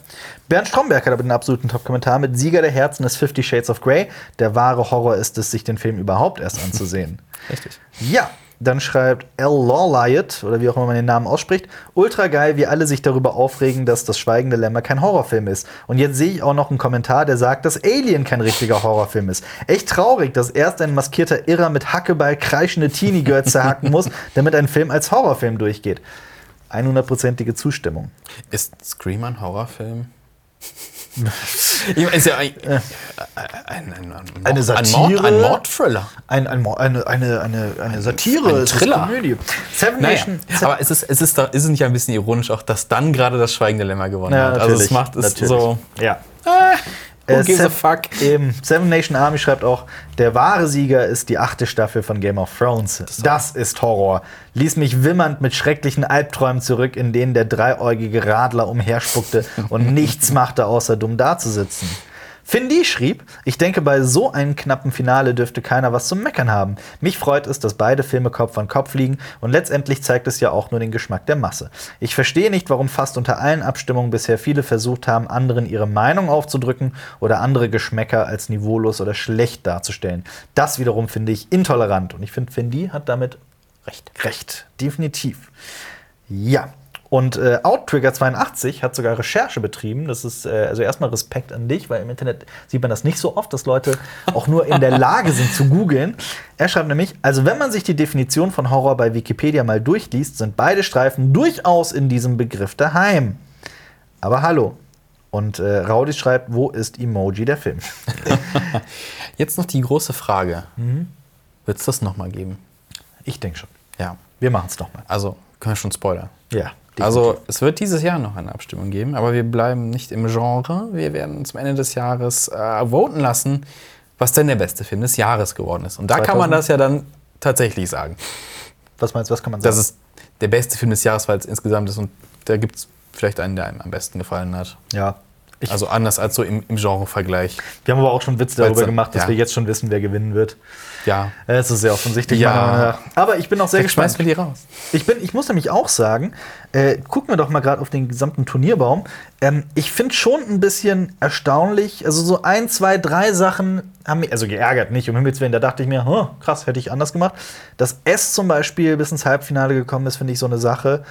A: Bernd Stromberg hat aber den absoluten Top-Kommentar mit Sieger der Herzen ist Fifty Shades of Grey. Der wahre Horror ist es, sich den Film überhaupt erst anzusehen.
B: Richtig.
A: Ja, dann schreibt L. Lawliot, oder wie auch immer man den Namen ausspricht, ultra geil, wie alle sich darüber aufregen, dass das Schweigende Lämmer kein Horrorfilm ist. Und jetzt sehe ich auch noch einen Kommentar, der sagt, dass Alien kein richtiger Horrorfilm ist. Echt traurig, dass erst ein maskierter Irrer mit Hackeball kreischende Teenie-Girls zerhacken muss, damit ein Film als Horrorfilm durchgeht. 100%ige Zustimmung.
B: Ist Scream ein Horrorfilm? ich meine, ist ja ein, ein,
A: Eine
B: ein, ein, ein, Mord- ein, Mord,
A: Satire?
B: ein Mordthriller.
A: Ein, ein, Mo- eine, eine, eine, eine Satire,
B: ein
A: es ist
B: Thriller.
A: Komödie. Seven
B: Naja,
A: Nation.
B: aber es ist, es ist, doch- ist es nicht ein Also bisschen ironisch auch, dass dann gerade das Schweigende Lämmer gewonnen
A: Ja,
B: hat? Also es macht es
A: natürlich.
B: so.
A: Ja. Who
B: gives a fuck?
A: Äh, Eben. Seven Nation Army schreibt auch, der wahre Sieger ist die achte Staffel von Game of Thrones. Das, ist Horror. Ließ mich wimmernd mit schrecklichen Albträumen zurück, in denen der dreieugige Radler umherspuckte und nichts machte, außer dumm dazusitzen. Findy schrieb, ich denke, bei so einem knappen Finale dürfte keiner was zum Meckern haben. Mich freut es, dass beide Filme Kopf an Kopf liegen und letztendlich zeigt es ja auch nur den Geschmack der Masse. Ich verstehe nicht, warum fast unter allen Abstimmungen bisher viele versucht haben, anderen ihre Meinung aufzudrücken oder andere Geschmäcker als niveaulos oder schlecht darzustellen. Das wiederum finde ich intolerant und ich finde, Findy hat damit recht. Recht, definitiv. Ja. Und äh, Outtrigger82 hat sogar Recherche betrieben. Das ist äh, also erstmal Respekt an dich, weil im Internet sieht man das nicht so oft, dass Leute auch nur in der Lage sind zu googeln. Er schreibt nämlich, also wenn man sich die Definition von Horror bei Wikipedia mal durchliest, sind beide Streifen durchaus in diesem Begriff daheim. Aber hallo. Und äh, Raudi schreibt, wo ist Emoji der Film?
B: Jetzt noch die große Frage. Wird es das nochmal geben?
A: Ich denke schon.
B: Ja.
A: Wir machen es nochmal.
B: Also, können wir schon spoilern.
A: Ja.
B: Also, es wird dieses Jahr noch eine Abstimmung geben, aber wir bleiben nicht im Genre. Wir werden zum Ende des Jahres äh, voten lassen, was denn der beste Film des Jahres geworden ist. Und da kann man
A: 2000?
B: das ja dann tatsächlich sagen.
A: was meinst du, was kann man sagen?
B: Das ist der beste Film des Jahres, weil es insgesamt ist und da gibt es vielleicht einen, der einem am besten gefallen hat.
A: ja. Ich,
B: Also anders als so im, im Genre-Vergleich.
A: wir haben aber auch schon Witze darüber
B: Weil's-
A: gemacht, dass
B: ja.
A: wir jetzt schon wissen, wer gewinnen wird.
B: Ja.
A: Äh, Es ist sehr offensichtlich.
B: Ja.
A: meiner Meinung nach. Aber ich bin auch sehr
B: Jetzt schmeißen
A: gespannt.
B: wir die raus.
A: Ich, bin, ich muss nämlich auch sagen, äh, gucken wir doch mal gerade auf den gesamten Turnierbaum. Ähm, ich finde schon ein bisschen erstaunlich, also so ein, zwei, drei Sachen haben mich, also geärgert nicht, um Himmels Willen, da dachte ich mir, huh, krass, hätte ich anders gemacht. Dass S zum Beispiel bis ins Halbfinale gekommen ist, finde ich so eine Sache.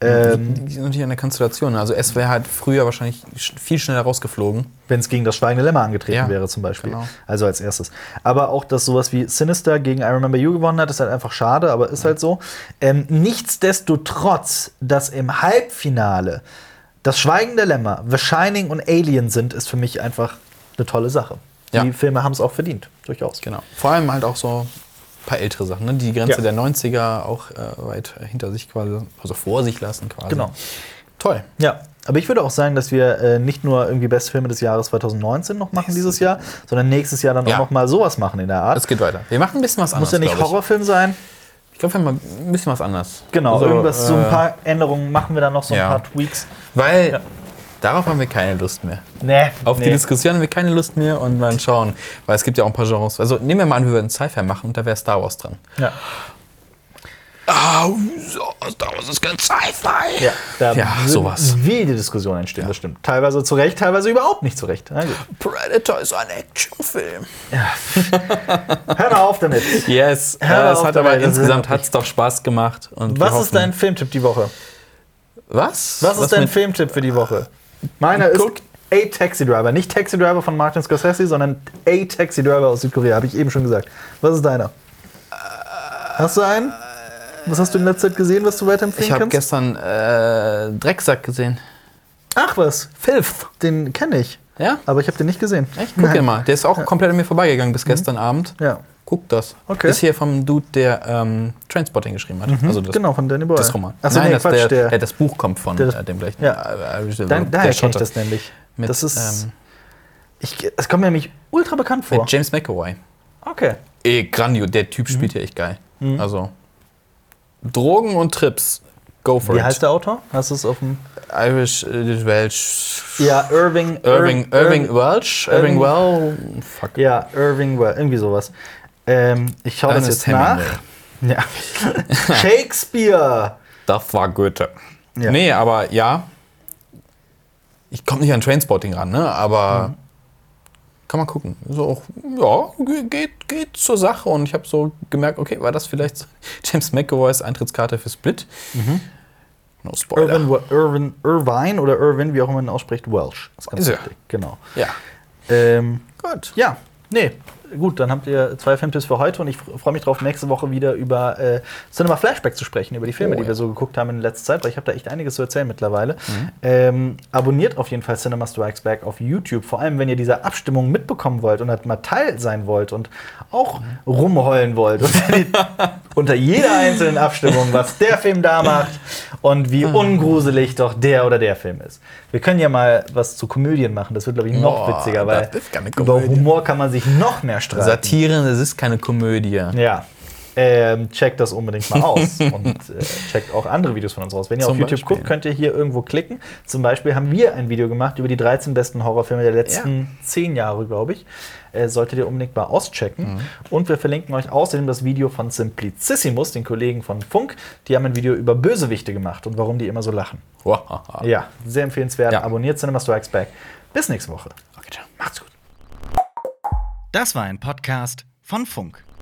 A: Ähm,
B: Die sind hier in der Konstellation. Also es wäre halt früher wahrscheinlich sch- viel schneller rausgeflogen.
A: wenn es gegen das Schweigende Lämmer angetreten
B: Ja,
A: wäre, zum Beispiel.
B: genau.
A: Also als erstes. Aber auch, dass sowas wie Sinister gegen I Remember You gewonnen hat, ist halt einfach schade, aber ist halt so. Ähm, nichtsdestotrotz, dass im Halbfinale das Schweigende Lämmer, The Shining und Alien sind, ist für mich einfach eine tolle Sache.
B: Ja.
A: Die Filme haben es auch verdient, durchaus.
B: Genau. Vor allem halt auch so ein paar ältere Sachen. Ne? Die Grenze
A: Ja.
B: der 90er auch äh, weit äh, hinter sich quasi, also vor sich lassen quasi.
A: Genau.
B: Toll.
A: Ja, aber ich würde auch sagen, dass wir äh, nicht nur irgendwie Bestfilme des Jahres 2019 noch machen dieses Jahr, sondern nächstes Jahr dann
B: Ja.
A: auch noch mal sowas machen in der Art.
B: Es geht weiter. Wir machen ein bisschen was anderes.
A: muss ja nicht
B: glaub ich.
A: Horrorfilm sein.
B: Ich glaube, wir machen ein bisschen was anderes.
A: Genau,
B: Also,
A: irgendwas, so ein
B: äh,
A: paar Änderungen machen wir dann noch, so ein
B: ja.
A: paar Tweaks.
B: Weil
A: Ja.
B: darauf haben wir keine Lust mehr.
A: Nee,
B: Auf die Diskussion haben wir keine Lust mehr und dann schauen. Weil es gibt ja auch ein paar Genres. Also nehmen wir mal an, wir würden Sci-Fi machen und da wäre Star Wars drin.
A: Ja,
B: Ah, so, Star Wars ist kein Sci-Fi.
A: ja, da
B: Ja,
A: würden
B: sowas.
A: wilde Diskussionen entstehen, das stimmt. Teilweise zu Recht, teilweise überhaupt nicht zu Recht. Na gut.
B: Predator ist ein Actionfilm.
A: Hör mal auf damit.
B: Yes.
A: Hör
B: Ja, es
A: auf
B: hat
A: dabei,
B: aber
A: das ist
B: insgesamt
A: wirklich-
B: hat es doch Spaß gemacht. Und wir
A: Was ist
B: hoffen-
A: dein Filmtipp die Woche?
B: Was?
A: Was ist dein
B: mit-
A: Filmtipp für die Woche? Meiner ist
B: Guck.
A: A Taxi Driver. Nicht Taxi Driver von Martin Scorsese, sondern A Taxi Driver aus Südkorea, habe ich eben schon gesagt. Was ist deiner? Hast du einen? Was hast du in letzter Zeit gesehen, was du
B: Ich
A: weiterempfehlen
B: habe
A: kannst?
B: gestern äh, Drecksack gesehen.
A: Ach was, Filth. Den kenne ich,
B: Ja?
A: aber ich habe den nicht gesehen.
B: Echt? Guck dir mal. Der ist auch komplett an mir vorbeigegangen bis gestern Abend.
A: Mhm. Ja. Hm?
B: Guck das.
A: Okay.
B: Ist hier vom Dude, der ähm, Trainspotting geschrieben hat. Also das,
A: Genau, von Danny Boyle.
B: das Roman.
A: Achso,
B: Nein,
A: nee,
B: das,
A: Quatsch,
B: der,
A: der,
B: äh, das Buch kommt von
A: der-
B: äh, dem gleichen.
A: ja.
B: Äh, äh,
A: dann, daher kenne ich
B: Schotte.
A: das nämlich.
B: Mit,
A: das ist,
B: ähm,
A: ich, es kommt mir nämlich ultra bekannt vor.
B: Mit James McAvoy.
A: Okay.
B: Eh, grandio. Der Typ
A: Mhm.
B: spielt ja echt geil. Also, Drogen und Trips. Go for
A: Wie
B: it.
A: heißt der Autor? Hast du es auf dem...
B: Irish, äh, Welsh.
A: Ja, Irving...
B: Irving,
A: Ir-
B: Irving Welsh? Irving
A: Irving-
B: Well? Fuck.
A: Ja, Irving Well, irgendwie sowas. Ähm, ich schaue das jetzt
B: Ernest Hemingway.
A: nach. Ja. Shakespeare!
B: Das war Goethe.
A: Ja.
B: Nee, aber ja. Ich komme nicht an Trainspotting ran, ne? Aber kann man gucken. So auch, ja, ge- geht, geht zur Sache. Und ich habe so gemerkt, okay, war das vielleicht James McAvoys Eintrittskarte für Split? No spoiler.
A: Irvin, Wel- Irvin, Irvine oder Irvin, wie auch immer man ausspricht, Welsh. Das ist
B: Ist er.
A: richtig. Genau.
B: Ja.
A: Ähm,
B: Gut.
A: ja, nee. gut, dann habt ihr zwei Filmtipps für heute und ich freue mich drauf, nächste Woche wieder über äh, Cinema Flashback zu sprechen, über die Filme,
B: Oh,
A: die
B: ja. Mhm.
A: wir so geguckt haben in letzter Zeit, weil ich habe da echt einiges zu erzählen mittlerweile. Ähm, abonniert auf jeden Fall Cinema Strikes Back auf YouTube, vor allem wenn ihr dieser Abstimmung mitbekommen wollt und halt mal Teil sein wollt und auch
B: Mhm.
A: rumheulen wollt unter, die, unter jeder einzelnen Abstimmung, was der Film da macht und
B: Ah.
A: wie ungruselig doch der oder der Film ist. Wir können ja mal was zu Komödien machen, das wird glaube ich noch
B: Oh,
A: witziger, weil
B: das ist keine
A: über
B: Komödie.
A: Humor kann man sich noch mehr streiten.
B: Satire, das ist keine Komödie.
A: Ja. Ähm, checkt das unbedingt mal aus und äh, checkt auch andere Videos von uns aus. Wenn ihr
B: Zum
A: auf YouTube
B: Beispiel.
A: guckt, könnt ihr hier irgendwo klicken. Zum Beispiel haben wir ein Video gemacht über die 13 besten Horrorfilme der letzten zehn 10 Jahre, glaube ich. Äh, solltet ihr unbedingt mal
B: Mhm.
A: auschecken. Und wir verlinken euch außerdem das Video von Simplicissimus, den Kollegen von Funk. Die haben ein Video über Bösewichte gemacht und warum die immer so lachen.
B: Wahaha.
A: Ja, sehr empfehlenswert.
B: Oh. Ja.
A: Abonniert Cinema Strikes Back. Bis nächste Woche.
B: Okay, ciao.
A: Macht's gut.
D: Das war ein Podcast von Funk.